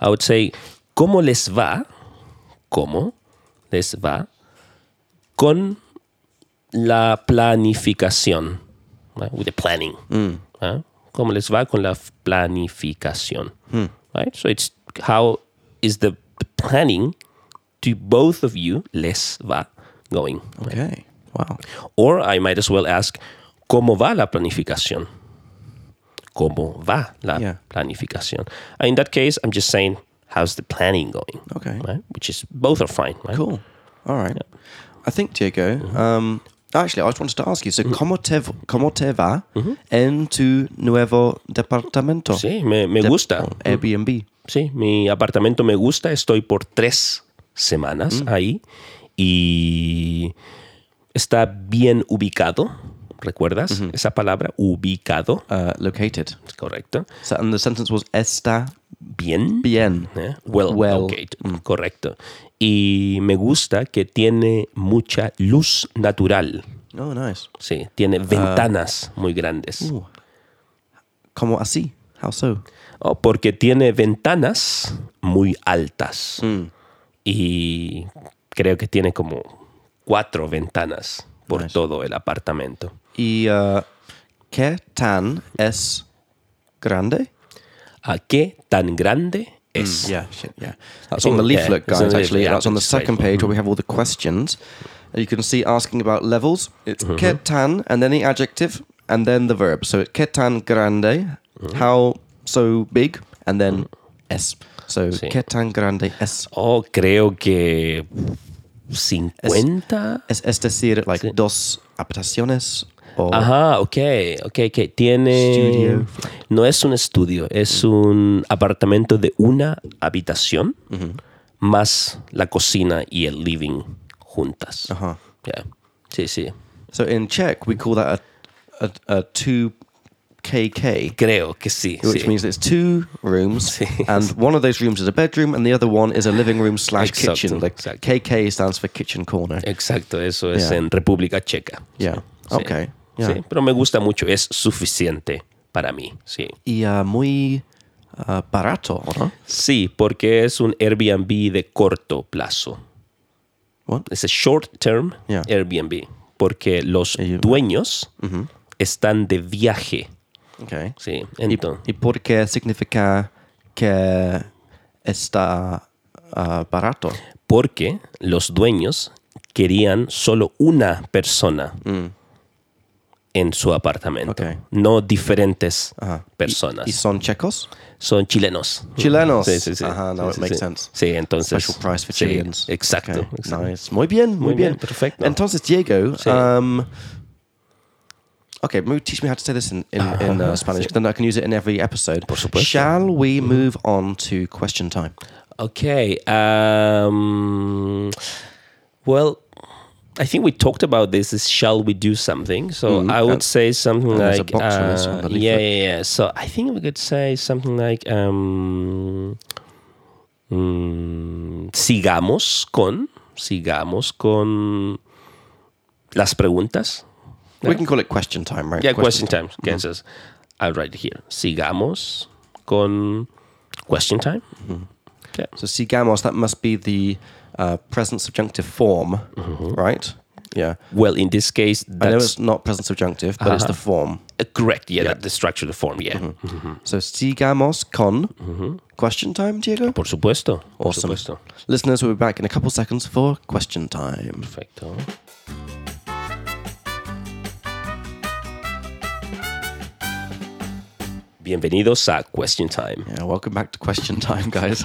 B: I would say, como les va, como les va con la planificación, right? with the planning.
A: Mm.
B: Huh? Como les va con la f- planificación,
A: Mm.
B: right? So it's how is the p- planning to both of you les va going.
A: Okay. Wow.
B: Or I might as well ask, ¿cómo va la planificación? ¿Cómo va la
A: Yeah.
B: planificación? And in that case, I'm just saying, how's the planning going?
A: Okay.
B: Right? Which is, both are fine. Right?
A: Cool. All right. I think Diego.
B: Mm-hmm.
A: Um, actually, I just wanted to ask you. So, como te como te va en tu nuevo departamento?
B: Mm-hmm. Sí, me, me gusta.
A: Or Airbnb.
B: Sí, mi apartamento me gusta. Estoy por tres semanas ahí y está bien ubicado. ¿Recuerdas esa palabra? Ubicado.
A: Uh, located.
B: Es correcto.
A: So, and the sentence was está
B: Bien.
A: bien.
B: ¿eh? Well,
A: Well.
B: located. Correcto. Y me gusta que tiene mucha luz natural.
A: Oh, nice.
B: Sí, tiene ventanas muy grandes.
A: Ooh. Como así? How so?
B: Oh, porque tiene ventanas muy altas.
A: Mm.
B: Y creo que tiene como cuatro ventanas por
A: Nice.
B: todo el apartamento.
A: Y uh, ¿Qué tan es grande?
B: ¿A qué tan grande
A: Mm,
B: es?
A: Yeah, shit, yeah. That's
B: I
A: on the
B: think, yeah,
A: leaflet,
B: it's
A: guys,
B: on the
A: actually.
B: leaflet, yeah,
A: That's on the
B: it's straight
A: second
B: forward.
A: page where we have all the questions. And you can see asking about levels. It's
B: Mm-hmm.
A: ketan and then the adjective and then the verb. So it's ketan grande,
B: Mm-hmm.
A: how so big, and then es. So
B: Sí.
A: ketan grande es.
B: Oh, creo que 50.
A: Es, es decir, like dos habitaciones or
B: Ajá, ok, ok, ok. Tiene.
A: Studio. Mm.
B: No es un estudio, es un apartamento de una habitación más la cocina y el living juntas.
A: Ajá.
B: Yeah. Sí, sí.
A: uh-huh. So in Czech, we call that a, a, a 2KK,
B: Creo que sí.
A: which
B: sí.
A: means it's two rooms,
B: Sí.
A: and one of those rooms is a bedroom, and the other one is a living room slash
B: Exacto,
A: kitchen. Like
B: exacto.
A: KK stands for kitchen corner.
B: Exacto, eso es
A: Yeah.
B: en República Checa.
A: Yeah.
B: Sí.
A: Okay. Yeah.
B: Sí, pero me gusta mucho, es suficiente para mí, sí.
A: Y uh, muy uh, barato, ¿no?
B: Sí, porque es un Airbnb de corto plazo.
A: What?
B: Es a short term
A: Yeah.
B: Airbnb, porque los dueños están de viaje.
A: Okay.
B: Sí,
A: ¿Y,
B: entonces,
A: y por qué significa que está uh, barato?
B: porque los dueños querían solo una persona en su apartamento,
A: Mm. Ok.
B: no diferentes
A: Ajá.
B: personas.
A: ¿Y son checos?
B: son chilenos.
A: Chilenos.
B: Sí, sí, sí.
A: Ajá, now
B: Sí,
A: it
B: sí,
A: makes
B: sí.
A: sense.
B: Sí, entonces.
A: Special price for
B: sí,
A: Chileans.
B: Exacto.
A: Ok,
B: exacto.
A: nice. Muy bien, muy,
B: Muy
A: bien.
B: bien, perfecto.
A: Entonces, Diego,
B: Sí.
A: um, okay, maybe teach me how to say this in, in, in uh, Spanish, 'cause then I can use it in every episode.
B: Ah, Por supuesto. Mm-hmm.
A: Shall we move on to question time?
B: Okay. Um, well, I think we talked about this. Is shall we do something? So
A: Mm,
B: I would say something
A: and there's a
B: like,
A: box on this,
B: uh,
A: on the
B: yeah,
A: leaflet.
B: yeah, yeah. So I think we could say something like, um, mm, sigamos con, sigamos con las preguntas.
A: We can call it question time, right?
B: Yeah, question, time.
A: Mm-hmm.
B: Kansas. I'll write it here. Sigamos con question time.
A: Mm-hmm.
B: Yeah.
A: So, sigamos, that must be the uh, present subjunctive form, right? Yeah.
B: Well, in this case,
A: I know
B: Mm-hmm. that's
A: it's not present subjunctive, but it's the form.
B: uh, correct. Yeah, That, the structure of the form. Yeah.
A: Mm-hmm.
B: Mm-hmm.
A: So, sigamos con question time, Diego?
B: Por supuesto. Por
A: Awesome.
B: supuesto.
A: Listeners, we'll be back in a couple seconds for question time.
B: Perfecto. Bienvenidos a Question Time.
A: Yeah, welcome back to question time, guys.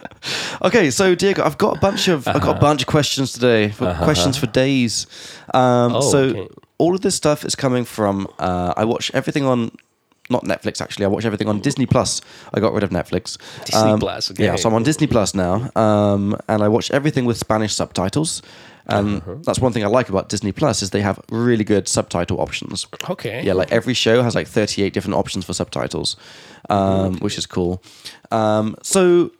A: okay, so Diego, I've got a bunch of I've
B: Uh-huh.
A: got a bunch of questions today. For Questions for days. Um,
B: Oh,
A: so
B: okay.
A: all of this stuff is coming from. Uh, I watch everything on. Not Netflix, actually. I watch everything on Disney Plus. I got rid of Netflix. Um,
B: Disney Plus,
A: Yeah,
B: okay.
A: so I'm on Disney Plus now, um, and I watch everything with Spanish subtitles. Um,
B: Uh-huh.
A: That's one thing I like about Disney Plus is they have really good subtitle options.
B: Okay.
A: Yeah, like every show has like 38 different options for subtitles, um, which is cool. Um, so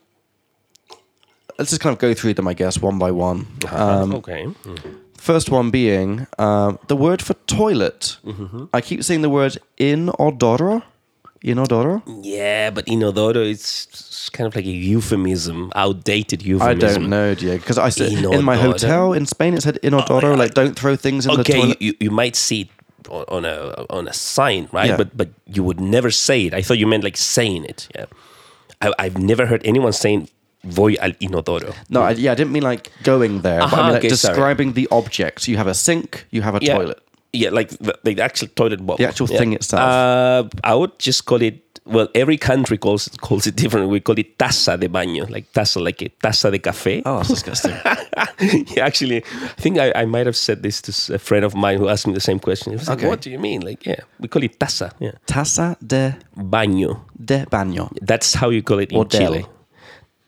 A: let's just kind of go through them, I guess, one by one. Um,
B: okay.
A: first one being um, the word for toilet.
B: Mm-hmm.
A: I keep saying the word inodoro. Inodoro?
B: Yeah, but inodoro is s- kind of like a euphemism, outdated
A: I
B: euphemism.
A: don't know, Diego, because I said in my
B: Inodoro.
A: hotel in Spain it said inodoro,
B: I-
A: like don't throw things in the
B: Oh, okay, you,
A: toilet.
B: you, you might see it o- on a on a sign, right?
A: Yeah.
B: But but you would never say it. I thought you meant like saying it. Yeah, I, I've never heard anyone saying "voy al inodoro."
A: No, I, yeah, I didn't mean like going there, but I
B: Aha,
A: mean like
B: okay, sorry.
A: describing the object. You have a sink, you have a
B: Yeah.
A: toilet.
B: Yeah, like the, the actual toilet bowl.
A: The actual
B: Yeah.
A: thing itself.
B: Uh, I would just call it. Well, every country calls it, calls it different. We call it taza de baño, like taza, like a taza de café.
A: Oh, that's disgusting.
B: yeah, actually, I think I, I might have said this to s- a friend of mine who asked me the same question. He was
A: Okay.
B: like, "What do you mean?" Like, yeah, we call it taza. Yeah,
A: Taza de
B: baño.
A: de baño.
B: That's how you call it in
A: Hotel.
B: Chile.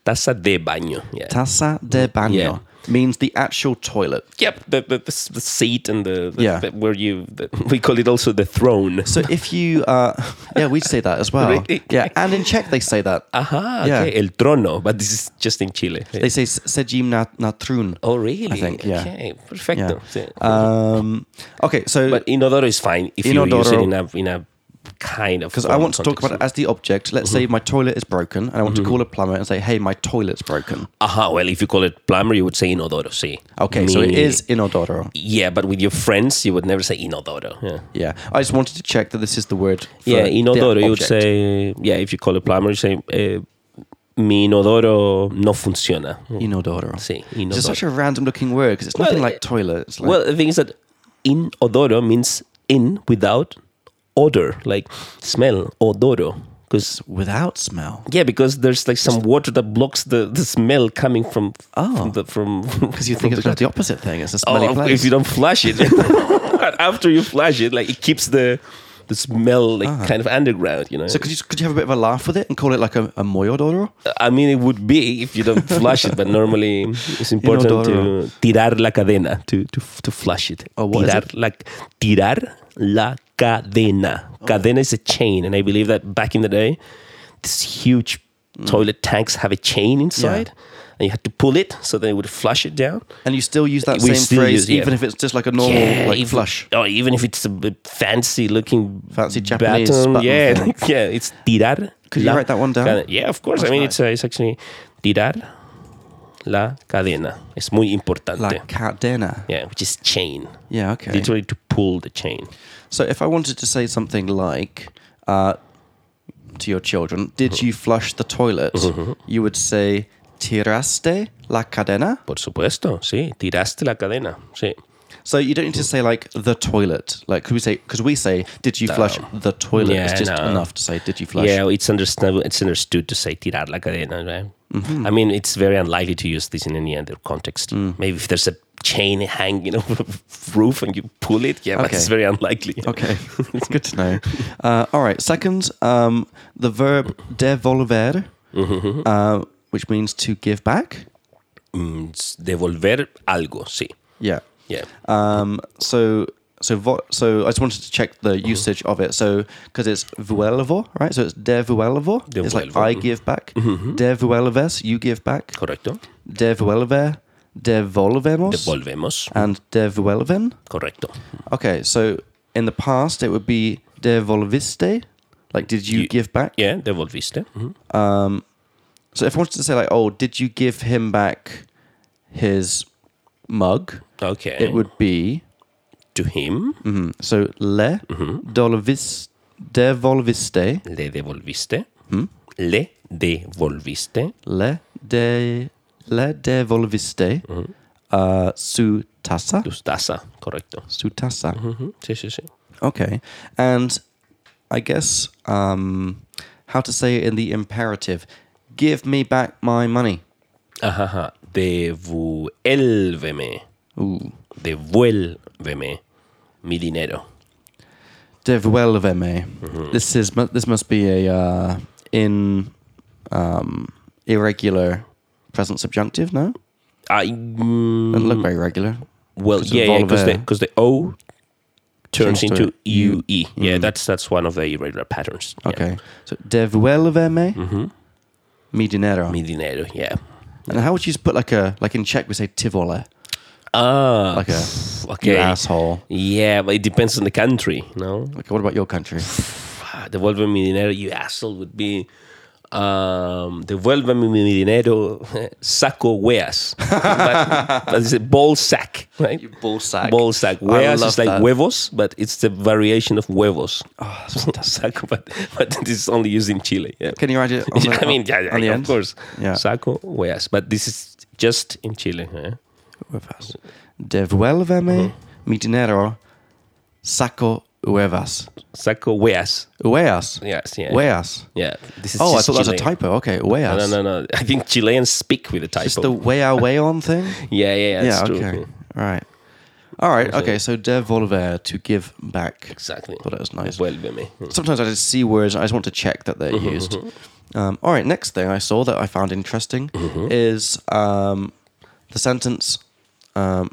B: Taza de baño. Yeah.
A: Taza de baño.
B: Yeah.
A: means the actual toilet.
B: Yep, the, the, the, s- the seat and the, the-
A: Yeah.
B: the- where you the, we call it also the throne.
A: So if you, uh, yeah, we say that as well.
B: Really?
A: Yeah, and in Czech they say that.
B: Aha,
A: Yeah.
B: okay, el trono, but this is just in Chile.
A: They say "S- "sejím na, na trůn."
B: oh, really?
A: I think, yeah.
B: Okay, perfecto.
A: Yeah.
B: Sí.
A: Um, okay, so
B: but inodoro is fine if you use it
A: Inodoro-
B: in a in a kind of
A: because I want to talk about it as the object. Let's
B: Mm-hmm.
A: say my toilet is broken, and I want to call a plumber and say, "Hey, my toilet's broken."
B: Aha, well, if you call it plumber, you would say inodoro, sí.
A: Okay, so it
B: Me-
A: is inodoro.
B: Yeah, but with your friends, you would never say inodoro. Yeah.
A: Yeah, I just wanted to check that this is the word. For
B: Yeah,
A: the
B: inodoro, you would
A: object.
B: say, yeah, if you call a plumber, you say, eh, mi inodoro no funciona.
A: inodoro.
B: Sí,
A: It's just
B: inodoro.
A: such a random looking word because it's
B: Well,
A: nothing
B: it-
A: like toilet. It's like,
B: Well, the thing is that inodoro means in without odor, like smell, odoro. Because
A: without smell.
B: yeah, because there's like some water that blocks the, the smell coming from
A: Oh.
B: from the, from
A: Because you think it's got the opposite thing. It's a smelly
B: oh,
A: place.
B: if you don't flush it after you flush it, like it keeps the the smell like kind of underground, you know.
A: Uh-huh. so could you could you have a bit of a laugh with it and call it like a, a moyodoro?
B: I mean, it would be if you don't flush it, but normally it's important
A: Inodoro.
B: to tirar la cadena, to to, to flush it.
A: Oh, what is
B: tirar la tirar la cadena.
A: Oh.
B: Cadena is a chain, and I believe that back in the day, these huge
A: Mm.
B: toilet tanks have a chain inside, and you had to pull it so they would flush it down.
A: And you still use that
B: We
A: same
B: still
A: phrase
B: use- yeah.
A: even if it's just like a normal like
B: even,
A: flush.
B: Oh, even if it's a bit fancy looking,
A: Fancy Japanese
B: baton,
A: button
B: yeah,
A: thing.
B: yeah, it's tirar.
A: Could you write that one down?
B: cadena. Yeah, of course. I mean,
A: nice.
B: it's uh, it's actually tirar la cadena. Es muy importante.
A: La cadena.
B: yeah, which is chain.
A: Yeah, okay.
B: Literally to pull the chain.
A: So if I wanted to say something like uh, to your children, did you flush the toilet?
B: Mm-hmm.
A: You would say tiraste la cadena.
B: Por supuesto, sí. Tiraste la cadena, sí.
A: So you don't need to say like the toilet. Like could we say because we say did you flush the toilet?
B: Yeah,
A: it's just
B: no.
A: enough to say did you flush?
B: Yeah, it's understandable. It's understood to say tirar la cadena, right?
A: Mm-hmm.
B: I mean, it's very unlikely to use this in any other context.
A: Mm.
B: Maybe if there's a chain hanging over a roof and you pull it, yeah, but
A: Okay.
B: it's very unlikely.
A: Okay, it's good to know. Uh, all right, second, um, the verb devolver, uh, which means to give back.
B: Mm, s- devolver algo, sí.
A: Yeah.
B: Yeah.
A: Um, so so vo- so I just wanted to check the usage of it. So because it's vuelvo, right? So it's devuelvo. It's like
B: Devuelvo,
A: I
B: mhm.
A: give back. Devuelves, you give back.
B: Correcto.
A: Devuelve, devolvemos,
B: Devolvemos.
A: and devuelven.
B: Correcto.
A: Okay, so in the past it would be devolviste, like did you,
B: You-
A: give back?
B: Yeah, devolviste. Mhm.
A: So if I wanted to say like, oh, did you give him back his mug?
B: Okay.
A: It would be
B: to him
A: mhm, so le dolvis devolviste
B: le devolviste.
A: Mm.
B: Le devolviste
A: le de le devolviste uh, su tasa
B: tu taza, correcto.
A: su tasa.
B: Mhm, Sí, sí, sí.
A: Okay, and I guess um, how to say it in the imperative: give me back my money.
B: Ajá, ajá. Devuélveme.
A: Ooh,
B: Devuélveme mi dinero.
A: devuelveme.
B: Mm-hmm.
A: This is mu- this must be a uh, in um, irregular present subjunctive. No,
B: I, mm,
A: doesn't look very regular.
B: well,
A: it's
B: yeah, because
A: volver.
B: the, 'cause the O turns
A: Turns to
B: into UE. Yeah,
A: Mhm.
B: that's that's one of the irregular patterns. Yeah.
A: Okay, so devuelveme
B: Mhm.
A: mi dinero.
B: Mi dinero, yeah.
A: and how would you put like a like in Czech we say tivole,
B: Ah,
A: like a
B: okay.
A: you asshole.
B: Yeah, but it depends on the country, no?
A: Like what about your country?
B: Ah, Devuélveme mi dinero, you asshole would be... Um, devuélveme mi dinero, saco weas. but, but it's a ball sack, right?
A: Ball sack.
B: Ball sack.
A: I
B: Huevas
A: love
B: is like
A: that.
B: huevos, but it's the variation of huevos.
A: Oh, that's fantastic.
B: Saco, but, but it is only used in Chile. Yeah.
A: Can you write it? On
B: Yeah,
A: the,
B: I mean, yeah, yeah,
A: on the
B: of
A: end?
B: course.
A: Yeah.
B: Saco, huevas. But this is just in Chile. Yeah.
A: Huevas. Devuélveme
B: Mm-hmm.
A: mi dinero, saco huevas.
B: Saco, huevas.
A: Huevas.
B: Yes, yeah.
A: Huevas.
B: Yeah. This is
A: Oh, I
B: just
A: thought that was a
B: Chilean.
A: typo. Okay, huevas.
B: No, no, no, no. I think Chileans speak with a typo.
A: Just the way our way on thing?
B: yeah, yeah, yeah. That's
A: yeah,
B: true. Mm,
A: okay.
B: Yeah.
A: All right. All right, okay, so devolver, to give back.
B: Exactly.
A: Thought that was nice. Mm.
B: Devuélveme.
A: Sometimes I just see words and I just want to check that
B: Mm-hmm,
A: they're
B: Mm-hmm.
A: used. Um, all right, next thing I saw that I found interesting is um, the sentence um,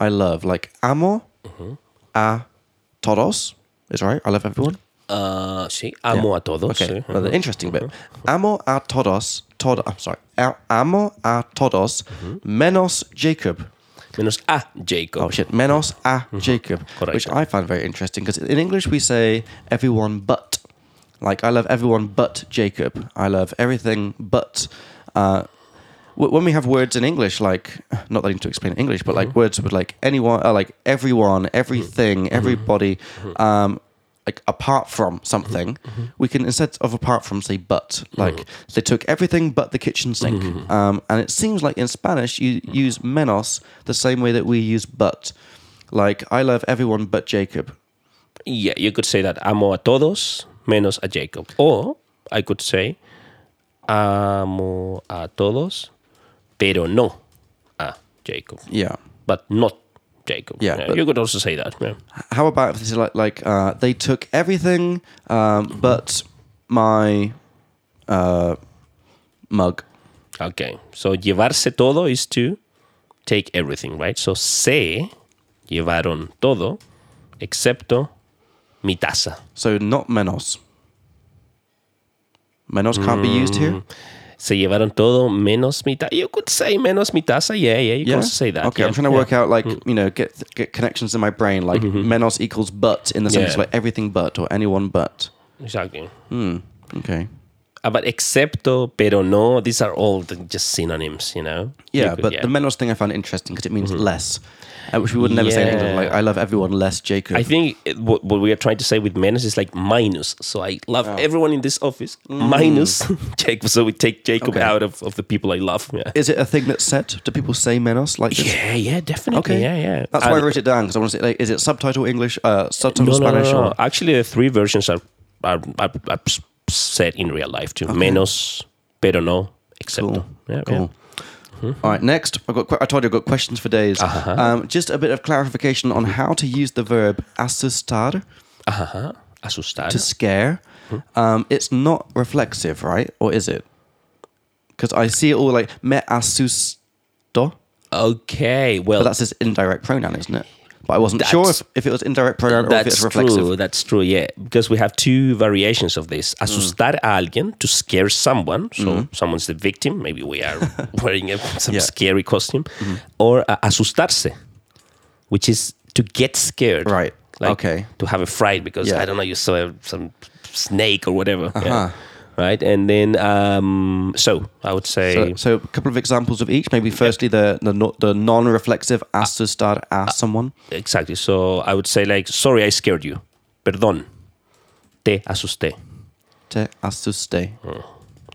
A: I love, like amo
B: Mm-hmm.
A: a todos, is right. I love everyone.
B: Ah, sí, amo
A: Yeah.
B: a todos.
A: Okay,
B: sí.
A: well, the interesting bit. Amo a todos, tod- I'm sorry. A- amo a todos menos Jacob.
B: Menos a
A: Oh
B: Jacob.
A: shit, menos a Jacob, which
B: Correcto.
A: I find very interesting because in English we say everyone but, like I love everyone but Jacob. I love everything but. Uh, w- when we have words in English, like not that I need to explain English, but like words with like anyone, uh, like everyone, everything, everybody, um, like apart from something, we can instead of apart from say but. Like they took everything but the kitchen sink, um, and it seems like in Spanish you use menos the same way that we use but. Like I love everyone but Jacob.
B: Yeah, you could say that amo a todos menos a Jacob. Or I could say amo a todos, pero no a Jacob.
A: Yeah.
B: But not Jacob.
A: Yeah, but-
B: you could also say that. yeah.
A: How about if this is like like uh, they took everything um, but my uh, mug.
B: Okay. So llevarse todo is to take everything, right? So se llevaron todo excepto mi taza.
A: So not menos. Menos can't be used
B: Mm.
A: here.
B: Se llevaron todo menos mi taza. You could say menos mi taza. Yeah, yeah. You could also say that.
A: Okay,
B: yeah,
A: I'm trying to
B: yeah. Mm.
A: work
B: Mm-hmm.
A: out like you know get get connections in my brain like menos equals but in the sense
B: Yeah.
A: of like everything but or anyone but.
B: Exactly.
A: Okay.
B: Ah, but excepto, pero no, these are all the, just synonyms, you know?
A: Yeah,
B: You could-
A: but the menos thing I found interesting because it means less, uh, which we would never say in England.
B: Mm-hmm. Yeah.
A: Like I love everyone less Jacob.
B: I think it, what, what we are trying to say with menos is like minus. So I love everyone in this office minus Jacob. So we take Jacob
A: Mm. Okay.
B: out of, of the people I love. Yeah.
A: Is it a thing that's said? Do people say menos like this?
B: Yeah, yeah, definitely.
A: Okay.
B: Yeah, yeah.
A: That's
B: Uh,
A: why I wrote it down because I want to say, like, is it subtitle English, uh, subtitle
B: no, no, no,
A: Spanish,
B: no.
A: or
B: Actually, the three versions are are, are, are s- said in real life too. Menos, pero no, excepto.
A: Cool.
B: Yeah, yeah. Mm-hmm.
A: Cool. All right, next. I've got. que- I told you I've got questions for days.
B: Uh-huh.
A: Um, just a bit of clarification on how to use the verb asustar
B: Ajá. Asustar.
A: to scare.
B: Mm-hmm.
A: Um, it's not reflexive, right? Or is it? Because I see it all like me asusto,
B: Okay.
A: but
B: Well,
A: that's his indirect pronoun, isn't it? But I wasn't sure
B: That's-
A: if, if it was indirect pronoun or if it's
B: that's
A: reflexive.
B: true. That's true. Yeah, because we have two variations of this: asustar
A: Mm.
B: a alguien to scare someone, so someone's the victim. Maybe we are wearing a,
A: Mm-hmm.
B: some
A: Yeah. Mm-hmm.
B: scary costume, or uh, asustarse, which is to get scared.
A: Right. Okay.
B: To have a fright because
A: Yeah.
B: I don't know you saw a, some snake or whatever.
A: Uh-huh.
B: Yeah. Right, and then um, so I would say
A: So, so a couple of examples of each. Maybe firstly the the, no, the non-reflexive asked to start ask someone.
B: exactly. So I would say like, sorry, I scared you. Perdón, te asusté.
A: Te asuste.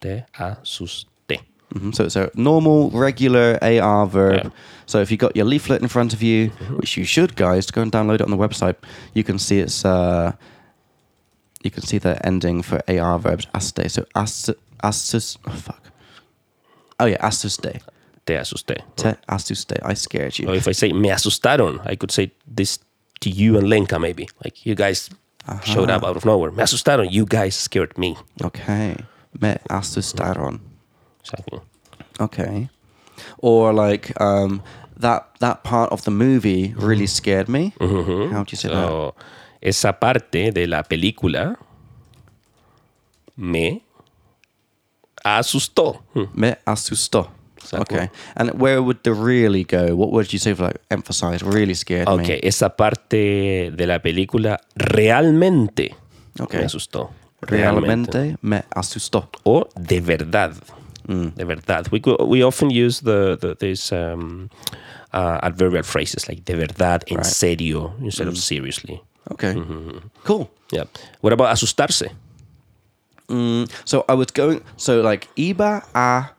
B: te asusté.
A: Mhm. So it's a normal, regular AR verb.
B: Yeah.
A: So if you got your leaflet in front of you, which you should, guys, go and download it on the website. You can see it's uh, you can see the ending for AR verbs aste. So astu astus. Oh fuck. Oh yeah, asuste.
B: Te asusté.
A: Te asuste. I scared you.
B: Or if I say me asustaron, I could say this to you and Lenka maybe. Like you guys showed up out of nowhere. Me asustaron. You guys scared me.
A: Okay. Me asustaron.
B: Exactly.
A: Okay. Or like um, that that part of the movie really scared me. How do you say that?
B: So, esa parte de la película me asustó. Hmm.
A: Me asustó.
B: Exactly.
A: Okay. And where would the really go? What would you say for like emphasize? Really scared
B: Ok,
A: me.
B: esa parte de la película realmente
A: Ok.
B: me asustó.
A: Realmente me asustó.
B: or de verdad.
A: Mm.
B: De verdad. We, go- we often use the, the these um, uh, adverbial phrases like de verdad, en serio, instead
A: Mm.
B: of seriously.
A: Okay. Cool.
B: Yeah. What about asustarse?
A: So I was going. So like iba a.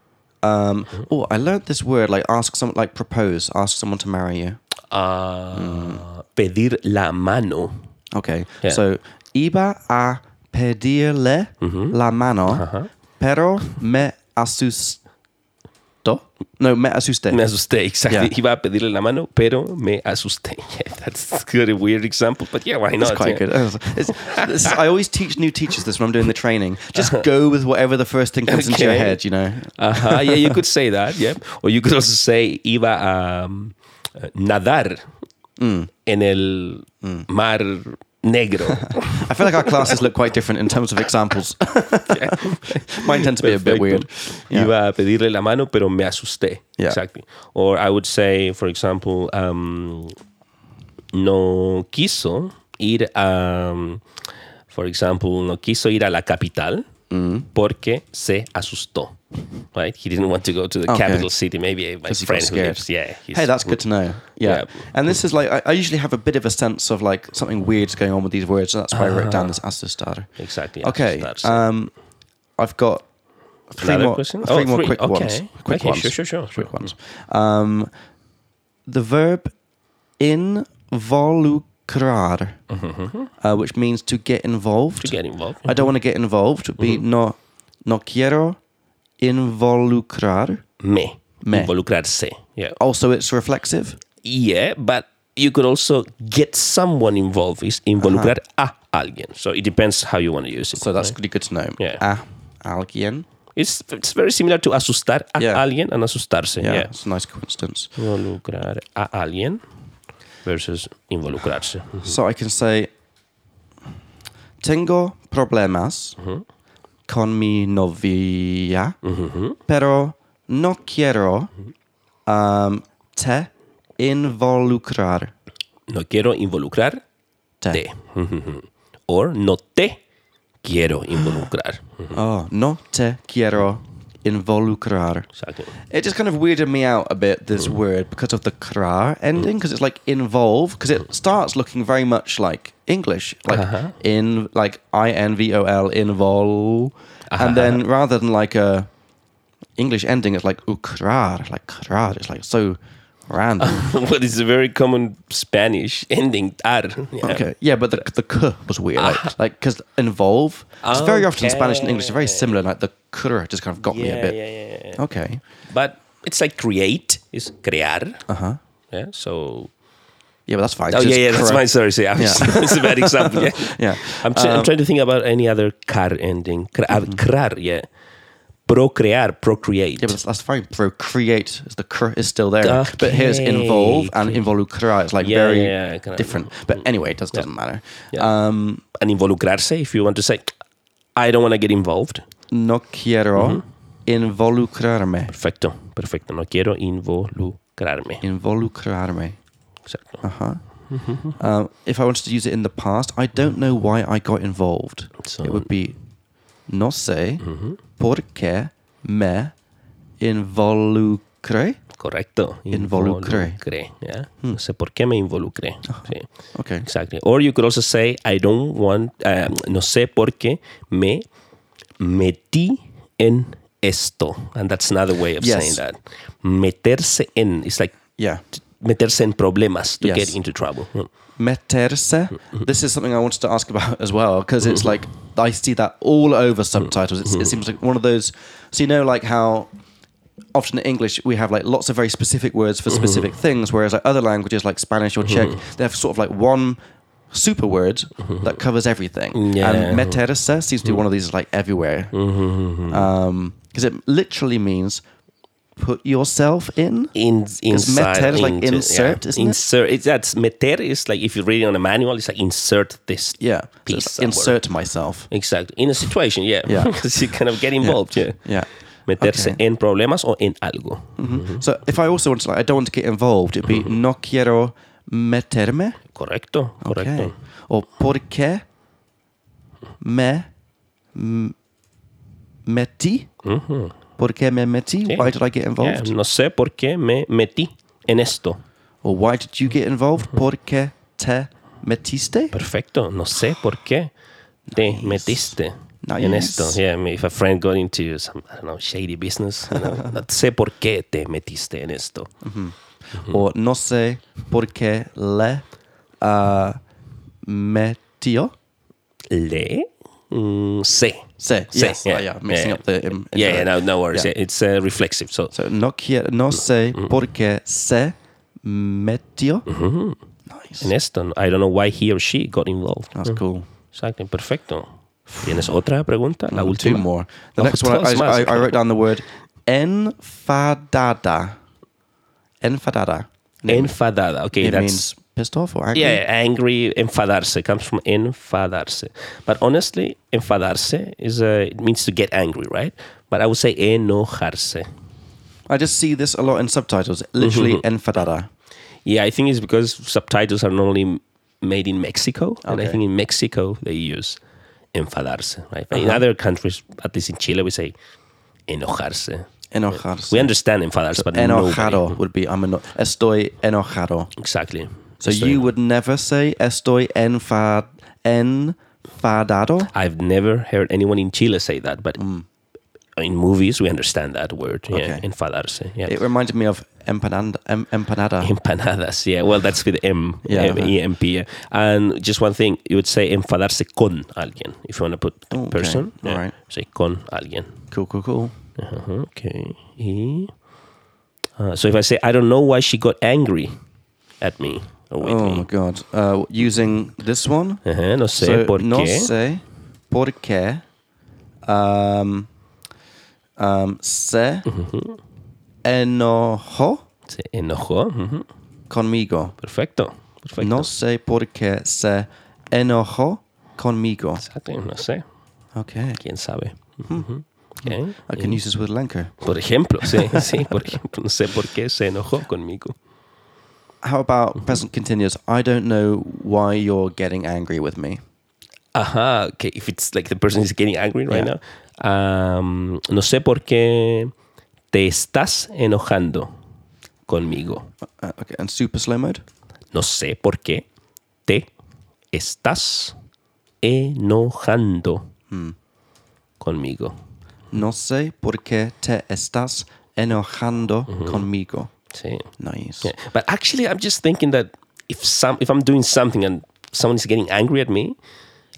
A: Um, oh, I learned this word. Like ask someone. Like propose. Ask someone to marry you. Ah.
B: Uh, Pedir la mano.
A: Okay.
B: Yeah.
A: So iba a pedirle
B: Mm-hmm. Uh-huh.
A: la mano, pero me asustó. No, me asusté.
B: Me asusté,
A: Yeah.
B: exactly. Iba a pedirle la mano, pero me asusté. Yeah, that's good, a weird example, but yeah, why not?
A: That's quite
B: yeah.
A: good. It's- it's- I always teach new teachers this when I'm doing the training. Just go with whatever the first thing comes into your
B: Uh-huh. Okay.
A: head, you know.
B: Ajá, yeah, you could say that, yeah. Or you could also say iba a um, nadar en el mar negro.
A: I feel like our classes look quite different in terms of examples. Mine tend to be a bit
B: Perfecto.
A: weird. Yeah.
B: Iba a pedirle la mano, pero me asusté.
A: Yeah.
B: Exactly. Or I would say, for example, um, no quiso ir a, um, for example, no quiso ir a la capital
A: Mm-hmm.
B: porque se asustó. Right? He didn't want to go to the
A: Okay.
B: capital city. Maybe my
A: Because he got
B: friend who
A: scared.
B: lives, yeah. he's-
A: Hey, that's good to know. Yeah.
B: Yeah.
A: And this is like, I, I usually have a bit of a sense of like something weird's going on with these words. So that's why I wrote down this
B: Uh-huh.
A: Astastar.
B: Exactly.
A: Okay.
B: assustarse.
A: Um, I've got three
B: Another
A: more,
B: question?
A: three
B: Oh,
A: more
B: three.
A: quick
B: Okay.
A: ones. Quick
B: Okay,
A: ones.
B: sure, sure, sure, sure.
A: Quick ones. Um, the verb involucrar, uh, which means to get involved.
B: Mm-hmm. to get Mm-hmm. involved.
A: I don't want to get involved. Would be no, no quiero involucrar.
B: me.
A: Me.
B: Involucrarse. Yeah.
A: Also, it's reflexive.
B: Yeah, but you could also get someone involved. Is involucrar a alguien. So it depends how you want to use it.
A: Uh-huh. So that's
B: right?
A: really good to know.
B: Yeah.
A: A alguien.
B: it's it's very similar to asustar a
A: Yeah.
B: alguien and asustarse.
A: Yeah,
B: Yeah.
A: it's a nice coincidence.
B: Involucrar a alguien versus involucrarse.
A: So I can say, tengo problemas con mi novia, pero no quiero um, te involucrar.
B: No quiero involucrar
A: Te.
B: te. Or no te quiero involucrar.
A: Oh, no te quiero involucrar.
B: Exactly.
A: It just kind of weirded me out a bit, this
B: Mm.
A: word, because of the krar ending, because it's like involve, because it starts looking very much like English, like
B: Uh-huh.
A: in, like I N V O L, invol.
B: Uh-huh.
A: And then rather than like a English ending, it's like ukrar, like krar. It's like so random.
B: what is a very common Spanish ending ar. Yeah.
A: Okay. Yeah, but the, the k was weird. Like, like, because involve, it's very often in Spanish and English are very
B: Okay.
A: similar. Like the kr just kind of got me a
B: Yeah,
A: bit.
B: yeah, yeah, yeah.
A: Okay.
B: But it's like create is crear.
A: Uh-huh.
B: Yeah. So.
A: Yeah, but that's fine.
B: Oh
A: 'cause
B: yeah,
A: it's
B: yeah. That's
A: kr.
B: my sorry. Sorry. I was-
A: Yeah.
B: it's a bad example. Yeah.
A: Yeah.
B: I'm, tr- I'm trying to think about any other car ending. Crear, crear yeah. Procrear, procreate.
A: Yeah, but that's, that's fine. Procreate is the cr is still there,
B: Okay.
A: but here's involve and involucra. It's like
B: Yeah,
A: very
B: yeah, yeah, kind of-
A: different. But anyway, it does, doesn't matter.
B: Yeah.
A: Um,
B: and involucrarse, if you want to say, I don't want to get involved.
A: no
B: Mm-hmm.
A: quiero involucrarme.
B: Perfecto, perfecto. No quiero involucrarme.
A: Involucrarme.
B: Exacto.
A: Uh huh.
B: Mm-hmm.
A: um, if I wanted to use it in the past, I don't know why I got involved.
B: So- Mm-hmm.
A: it would be no sé por qué me involucré.
B: Correcto.
A: Involucré.
B: Involucré, Yeah. No sé por qué me involucré. Sí.
A: Okay.
B: Exactly. Or you could also say, I don't want, um, no sé por qué me metí en esto. And that's another way of
A: Yes.
B: saying that. Meterse en, it's like
A: Yeah.
B: t- meterse en problemas to
A: Yes.
B: get into trouble. Mm.
A: meterse. This is something I wanted to ask about as well because it's like I see that all over subtitles. It's, it seems like one of those. So you know, like how often in English we have like lots of very specific words for specific things, whereas like other languages like Spanish or Czech, they have sort of like one super word that covers everything.
B: Yeah.
A: And meterse seems to be one of these like everywhere because it literally means put yourself in.
B: In, inside,
A: meter is like
B: into-
A: insert, isn't it?
B: insert. It's, that's meter is like if you read it on a manual, it's like insert this.
A: Yeah, So
B: Piece
A: it's
B: somewhere.
A: insert myself.
B: Exactly. In a situation, yeah.
A: Yeah.
B: Because you kind of get involved, yeah.
A: Yeah.
B: Meterse
A: Okay. Mm.
B: en problemas o en algo. Mm-hmm.
A: So if I also want to, like, I don't want to get involved, it'd be no quiero meterme.
B: Correcto, correcto.
A: Okay. Or por qué me m- metí?
B: Mm-hmm.
A: Por qué me metí?
B: Yeah.
A: Why did I get
B: Yeah,
A: involved?
B: no sé por qué me metí en esto.
A: Or why did you get involved?
B: Mm-hmm.
A: Por qué te metiste?
B: Perfecto. No sé por qué te metiste en
A: Nice.
B: esto. Yeah, I mean, if a friend got into some, I don't know, shady business, you know, no sé por qué te metiste en esto. Mm-hmm.
A: Or no sé por qué le uh, metió?
B: Le Mm, se.
A: Se.
B: Se,
A: Yes.
B: yeah,
A: Oh, yeah. Mixing
B: yeah.
A: up the. Um,
B: Yeah,
A: intro.
B: yeah, no, no worries.
A: Yeah.
B: Yeah, it's uh, reflexive. So,
A: So no quiero,
B: Mm-hmm.
A: no sé por qué se metió.
B: Mm-hmm.
A: Nice.
B: en esto, I don't know why he or she got involved.
A: That's cool.
B: Exacto, perfecto. ¿Tienes otra pregunta? La última.
A: Two more. The
B: Oh,
A: next one, I,
B: dos más,
A: I, I
B: ok.
A: wrote down the word enfadada. Enfadada. And it-
B: Enfadada. Okay,
A: it
B: that's
A: means pissed off or angry.
B: Yeah, angry, enfadarse comes from enfadarse. But honestly, enfadarse is uh, it means to get angry, right? But I would say enojarse.
A: I just see this a lot in subtitles. Literally
B: Mm-hmm.
A: enfadada.
B: Yeah, I think it's because subtitles are normally m- made in Mexico, and I
A: Okay.
B: think in Mexico they use enfadarse, right? But
A: Uh-huh.
B: In other countries, at least in Chile, we say enojarse.
A: Enojarse.
B: We understand enfadarse, but nobody-
A: enojado would be I'm eno- estoy enojado.
B: Exactly.
A: So
B: Estoy
A: you would never say estoy enfad enfadado.
B: I've never heard anyone in Chile say that, but in movies we understand that word. Yeah,
A: Mm. Okay.
B: enfadarse. Yeah.
A: It reminded me of empanada. Em, empanada.
B: Empanadas, yeah. Well, that's with M,
A: Yeah, uh-huh.
B: M-
A: okay.
B: EMP. yeah. And just one thing, you would say enfadarse con alguien, if you want to put
A: Oh, okay.
B: person.
A: All right.
B: Say con alguien.
A: Cool, cool, cool.
B: Ajá, okay. Y- Ah, so if I say, I don't know why she got angry at me or with
A: Oh
B: me.
A: my god. Uh, using this one.
B: Ajá, no sé
A: So,
B: por
A: no
B: qué.
A: sé por qué um, um, se
B: Mm-hmm.
A: enojó
B: Se enojó. ujú.
A: conmigo.
B: Perfecto. Perfecto.
A: No sé por qué se enojó conmigo.
B: Exacto, no sé.
A: Okay.
B: quién sabe.
A: Hmm.
B: Ujú. Ok.
A: I can use this with Lenko.
B: Por ejemplo, sí, sí, por ejemplo, no sé por qué se enojó conmigo.
A: How
B: Mm-hmm.
A: about present continuous? I don't know why you're getting angry with me.
B: Ajá, okay, if it's like the person is getting angry right
A: Yeah.
B: now. Um, no sé por qué te estás enojando conmigo.
A: Uh, okay, and super slow mode.
B: No sé por qué te estás enojando conmigo.
A: No sé por qué te estás enojando conmigo.
B: Sí.
A: Nice.
B: Yeah. But actually, I'm just thinking that if some if I'm doing something and someone is getting angry at me,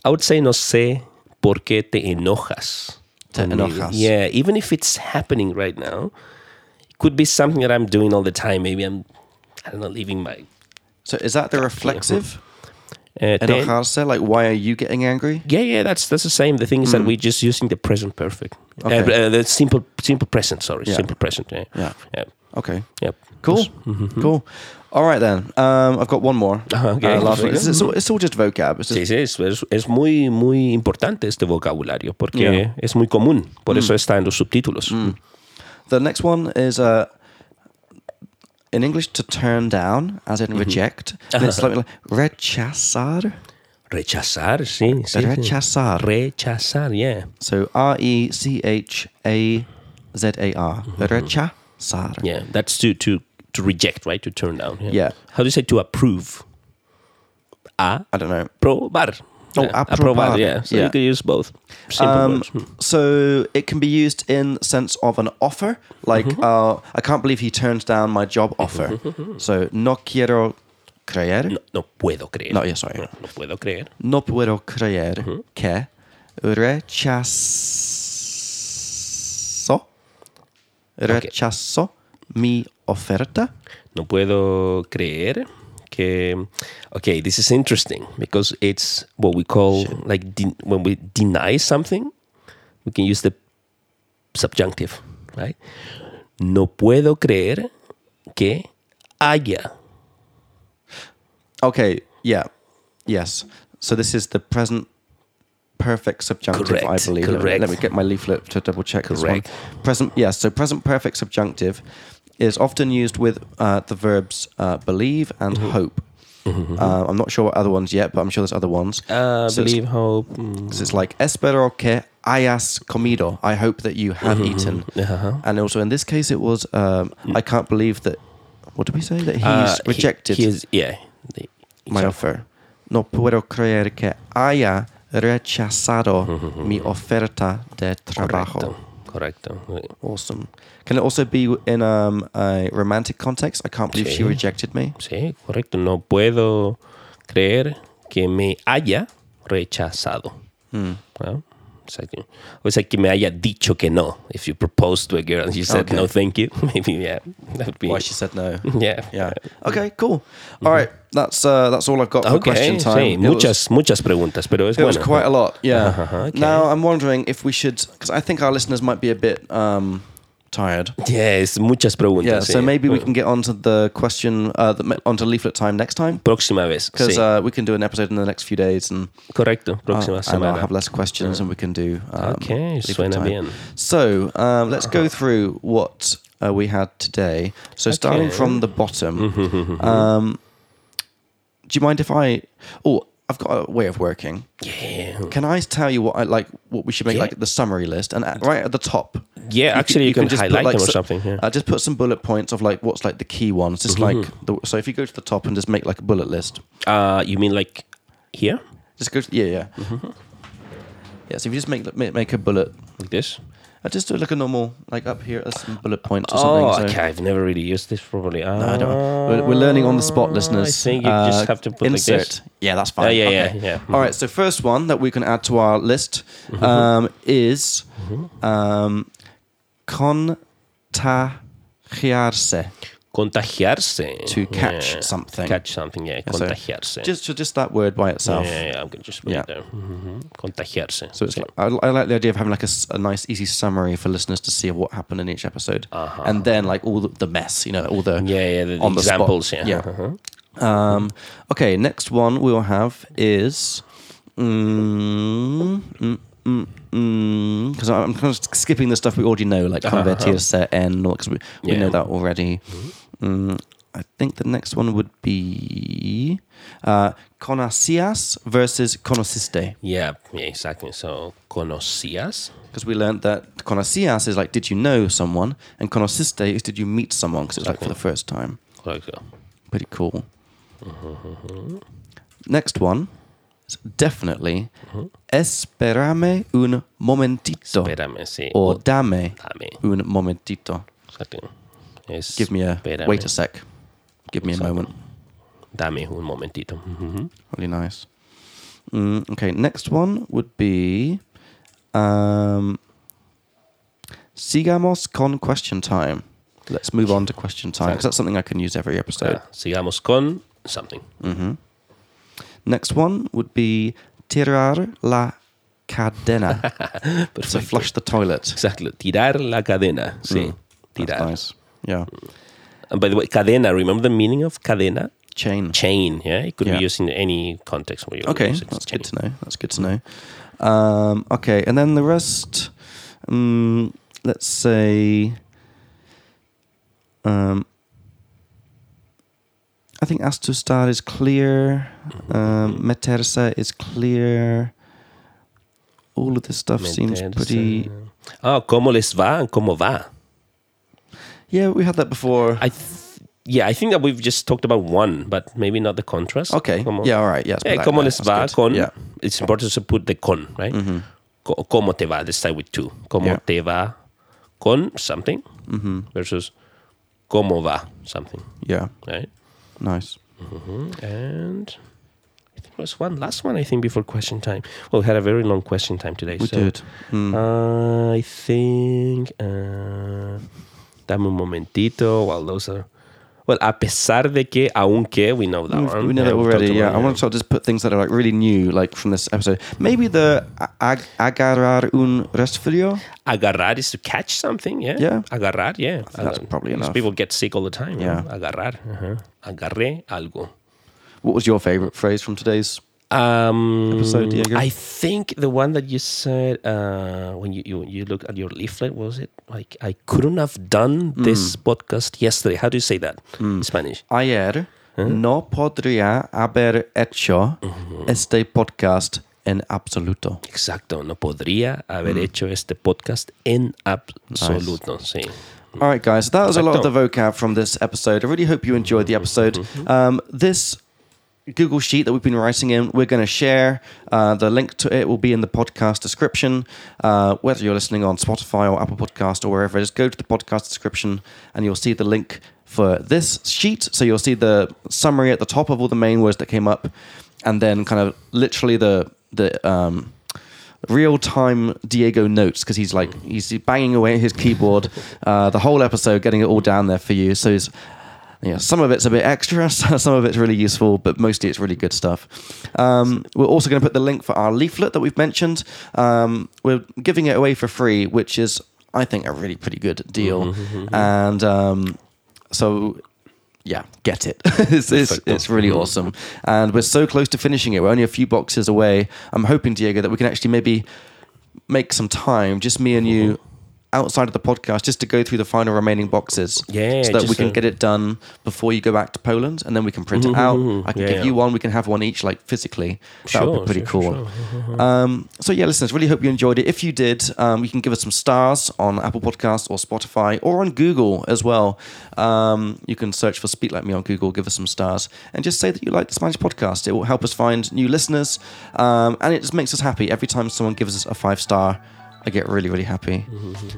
B: I would say no sé por qué te enojas.
A: Te
B: conmigo."
A: enojas.
B: Yeah, even if it's happening right now, it could be something that I'm doing all the time. Maybe I'm I don't know leaving my
A: So is that the reflexive
B: uh, te-
A: enojarse? Like, why are you getting angry?
B: yeah, yeah, that's that's the same. The thing is that we're just using the present perfect, Uh,
A: Mm. Okay.
B: uh, the simple simple present. Sorry,
A: Yeah.
B: simple present. Yeah,
A: Yeah.
B: yeah,
A: Okay.
B: yeah.
A: Cool. Cool. All right then. Um, I've got one more.
B: Uh-huh, okay.
A: Uh, last one.
B: Very
A: It's, it's all, it's all just vocab. It's just
B: Sí, sí, es, es- es muy, muy importante este vocabulario porque
A: Yeah.
B: es muy común, por
A: Mm.
B: eso está en los subtítulos.
A: The next one is uh, in English to turn down, as in reject. And it's something like rechazar.
B: Rechazar, sí, sí, sí.
A: Rechazar.
B: Rechazar, yeah.
A: So R E C H A Z A R. Rechazar.
B: Yeah, that's to, to, to reject, right? To turn down. Yeah.
A: Yeah.
B: How do you say to approve?
A: I don't know.
B: Probar.
A: Oh,
B: Yeah,
A: aprobar,
B: yeah. So
A: yeah.
B: you could use both. Simple
A: Um,
B: words. Hmm.
A: so it can be used in the sense of an offer, like
B: Mm-hmm.
A: uh, I can't believe he turned down my job offer. so no quiero creer,
B: No, no puedo creer.
A: No, yeah, sorry.
B: No, no puedo creer.
A: no puedo creer
B: Mm-hmm.
A: que rechazó, rechazó mi oferta.
B: No puedo creer que. Okay, this is interesting because it's what we call like de- when we deny something, we can use the subjunctive, right? No puedo creer que haya.
A: Okay, yeah, yes. So this is the present perfect subjunctive, I
B: Correct,
A: believe. Let me- Let,
B: correct.
A: me get my leaflet to double check this one.
B: Correct.
A: Present, yes. So present perfect subjunctive is often used with uh, the verbs uh, believe and
B: Mm-hmm.
A: hope. Uh, I'm not sure what other ones yet, but I'm sure there's other ones.
B: Uh,
A: So it's-
B: believe hope. mm,
A: So it's like espero que hayas comido. I hope that you have eaten.
B: Uh-huh.
A: And also in this case, it was um, I can't believe that. What did we say? That he's
B: Mm. Uh, he-
A: rejected
B: He, is, yeah. the-
A: my offer. No puedo creer que haya rechazado mi oferta de trabajo.
B: correcto. Correcto.
A: Awesome. Can it also be in um, a romantic context? I can't believe she
B: Sí.
A: rejected me.
B: Sí, correcto. No puedo creer que me haya rechazado.
A: Mm.
B: Well, it's like, it's like que me haya dicho que no. If you propose to a girl and she said
A: Okay.
B: no, thank you, maybe, yeah, that would be.
A: Why she said no.
B: yeah.
A: Yeah. Okay, cool. All right. That's uh, that's all I've got for
B: Mm-hmm. Okay,
A: question time.
B: sí,
A: It was-
B: muchas, muchas preguntas, pero es
A: It was
B: bueno.
A: quite a lot, yeah.
B: Ajá, okay.
A: Now I'm wondering if we should, because I think our listeners might be a bit um, tired.
B: Yeah, es muchas preguntas.
A: Yeah, so
B: sí. Mm.
A: maybe we can get onto the question, uh, the, onto leaflet time next time,
B: Próxima vez.
A: because
B: sí.
A: uh, we can do an episode in the next few days, and,
B: Correcto,
A: uh,
B: próxima
A: and I'll
B: semana.
A: have less questions, and we can do. Um,
B: Okay,
A: leaflet
B: suena
A: time.
B: bien.
A: So um, let's
B: Uh-huh.
A: go through what uh, we had today. So starting
B: Okay. Mm-hmm.
A: from the bottom, um, do you mind if I? Oh, I've got a way of working.
B: Yeah,
A: Can I tell you what I like? What we should make
B: Yeah.
A: like the summary list, and at, right at the top.
B: yeah actually, you, can,
A: just put,
B: highlight
A: like,
B: them or
A: so-
B: something. Yeah. Mm-hmm.
A: Uh, just put some bullet points of like what's like the key ones. Just like the, so, if you go to the top and just make like a bullet list.
B: Uh, you mean like here,
A: Just go. To, yeah, yeah.
B: Mm-hmm.
A: Yeah. So if you just make make, make a bullet,
B: like this?
A: I just do like a normal like up here. There's some bullet points or
B: Oh,
A: something. so-
B: okay. I've never really used this Oh. properly.
A: No, I don't. We're, we're learning on the spot,
B: Ah,
A: listeners.
B: I think you just have to put
A: insert.
B: like this.
A: Yeah, that's fine.
B: Yeah, yeah, yeah,
A: Okay.
B: yeah.
A: All right. So first one that we can add to our list
B: Mm-hmm.
A: um, is um, contagiarse,
B: Contagiarse.
A: to catch
B: Oh, Yeah.
A: something.
B: Catch something, yeah.
A: so
B: Contagiarse.
A: Just so just that word by
B: yeah,
A: itself.
B: yeah, yeah, I'm gonna just put
A: Yeah.
B: it there. Mhm. Contagiarse.
A: So it's
B: Sí.
A: like, I, I like the idea of having like a, s- a nice, easy summary for listeners to see of what happened in each episode,
B: Ajá.
A: and then like all the, the mess, you know, all the
B: Uh-huh. yeah, yeah, the
A: on the spot.
B: examples, yeah.
A: Yeah.
B: Uh-huh.
A: Um, okay, next one we'll have is. mm, Because mm, I'm kind of skipping the stuff we already know, like convertirse en, because we, we
B: Yeah.
A: know that already. Mm, I think the next one would be uh, conocías versus conociste.
B: Yeah, yeah, exactly. So, conocías?
A: Because we learned that conocías is like, did you know someone? And conociste is, did you meet someone? Because it's like for the first time.
B: Correcto.
A: Pretty cool. Next one is definitely Esperame un momentito.
B: Espérame, sí.
A: Oh. Or dame
B: Dame.
A: un momentito.
B: Exactly. Es-
A: Give me a
B: espérame.
A: wait a sec. Give me a
B: Exactly.
A: moment.
B: Dame un momentito. Mhm.
A: Really nice. Mm, okay, next one would be um, Sigamos con question time. Let's move on to question time because that's something I can use every episode.
B: Ah, sigamos con something.
A: Mm-hmm. Next one would be tirar la cadena. so
B: Perfecto.
A: flush the toilet.
B: Exactly. Tirar la cadena. Sí.
A: Mm. That's
B: Tirar.
A: nice. Yeah.
B: And by the way, cadena, remember the meaning of cadena?
A: Chain.
B: Chain, yeah? It could
A: Yeah.
B: be used in any context where you would
A: Okay,
B: use it.
A: that's
B: Chain.
A: good to know. That's good to know. Um, okay, and then the rest, um, let's say, um, I think Astustar is clear, um, Metersa is clear. All of this stuff seems
B: Meterse.
A: pretty.
B: Oh, ¿cómo les va? ¿Cómo va?
A: Yeah, we had that before.
B: I th- yeah, I think that we've just talked about one, but maybe not the contrast.
A: Okay.
B: Como-
A: yeah. All right. Yeah. let's put
B: Eh,
A: that
B: ¿Cómo
A: there.
B: les
A: That's
B: va
A: good.
B: con?
A: Yeah. Mm. Mm-hmm.
B: It's important to put the con, right? Co- ¿Cómo te va? Let's start with two. ¿Cómo
A: Yeah.
B: te va con something versus cómo va something,
A: Mm-hmm. Yeah.
B: right? Mm-hmm.
A: Nice.
B: And I think there was one last one, I think, before question time. Well, we had a very long question time today.
A: We
B: so,
A: did. Mm.
B: uh, I think. Uh, dame un momentito. Well, those are. Well, a pesar de que, aunque, we know that
A: We've-
B: one.
A: we know that
B: we've
A: already.
B: talked
A: Yeah.
B: about
A: I
B: it,
A: want to sort of just put things that are like really new, like from this episode. Maybe the a- ag- agarrar un resfriado.
B: Agarrar is to catch something, yeah.
A: Yeah.
B: Agarrar, yeah.
A: that's
B: Agar-
A: probably
B: because
A: enough.
B: People get sick all the time. you
A: Yeah.
B: know? Agarrar. uh Agarré algo.
A: What was your favorite phrase from today's?
B: Um,
A: Episode, Diego?
B: I think the one that you said uh, when you, you you look at your leaflet was it like I couldn't have done
A: Mm.
B: this podcast yesterday. How do you say that in Spanish?
A: Ayer no podría haber hecho
B: Mm-hmm.
A: este podcast en absoluto.
B: Exacto. No podría haber
A: Mm.
B: hecho este podcast en absoluto. Sí.
A: All right, guys. So that was a lot of the vocab from this episode. I really hope you enjoyed the episode. Um, this Google sheet that we've been writing in, we're going to share. Uh, the link to it will be in the podcast description. Uh, whether you're listening on Spotify or Apple Podcast or wherever, just go to the podcast description and you'll see the link for this sheet. So you'll see the summary at the top of all the main words that came up, and then kind of literally the the um, real time Diego notes because he's like he's banging away at his keyboard uh, the whole episode, getting it all down there for you. So it's yeah, some of it's a bit extra, so- some of it's really useful, but mostly it's really good stuff. Um, we're also going to put the link for our leaflet that we've mentioned. Um, we're giving it away for free, which is I think a really pretty good deal, and um, so. Yeah, get it. it's, it's,
B: Perfecto.
A: it's really awesome. And we're so close to finishing it. We're only a few boxes away. I'm hoping, Diego, that we can actually maybe make some time, just me and you, outside of the podcast, just to go through the final remaining boxes.
B: Mm-hmm. Yeah,
A: So that we
B: just,
A: can
B: uh,
A: get it done before you go back to Poland and then we can print it out. I can
B: mm-hmm, Yeah,
A: give
B: yeah.
A: you one, we can have one each, like physically. That would
B: Sure,
A: be pretty
B: sure,
A: cool.
B: sure,
A: Um, so, yeah, listeners, really hope you enjoyed it. If you did, um, you can give us some stars on Apple Podcasts or Spotify or on Google as well. Um, you can search for Speak Like Me on Google, give us some stars, and just say that you like the Spanish podcast. It will help us find new listeners, um, and it just makes us happy. Every time someone gives us a five star, I get really, really happy.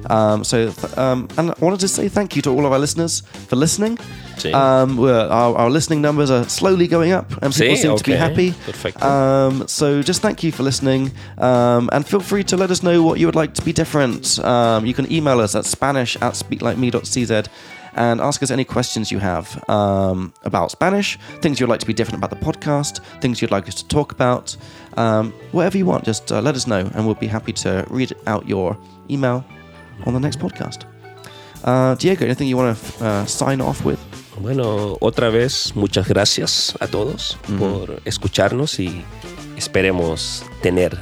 A: Um, so, th- um, and I wanted to say thank you to all of our listeners for listening.
B: Sí.
A: Um, we're, our, our listening numbers are slowly going up, and people
B: Sí,
A: seem to be
B: okay.
A: happy.
B: Perfecto.
A: Um, so, just thank you for listening, um, and feel free to let us know what you would like to be different. Um, you can email us at spanish at speaklikeme.cz and ask us any questions you have um, about Spanish, things you'd like to be different about the podcast, things you'd like us to talk about, um, whatever you want. Just uh, let us know, and we'll be happy to read out your email on the next podcast. Uh, Diego, anything you want to uh, sign off with?
B: Bueno, otra vez muchas gracias a todos
A: Mm.
B: por escucharnos y esperemos tener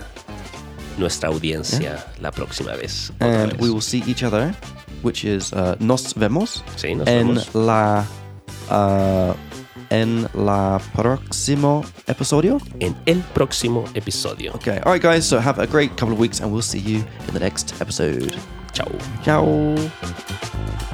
B: nuestra audiencia la próxima vez. otra
A: and
B: vez.
A: we will see each other, which is uh, nos vemos
B: Sí, nos
A: en
B: vemos.
A: la uh, en la próximo episodio.
B: en el próximo episodio.
A: Okay, all right, guys. So have a great couple of weeks, and we'll see you in the next episode.
B: Chao.
A: Ciao.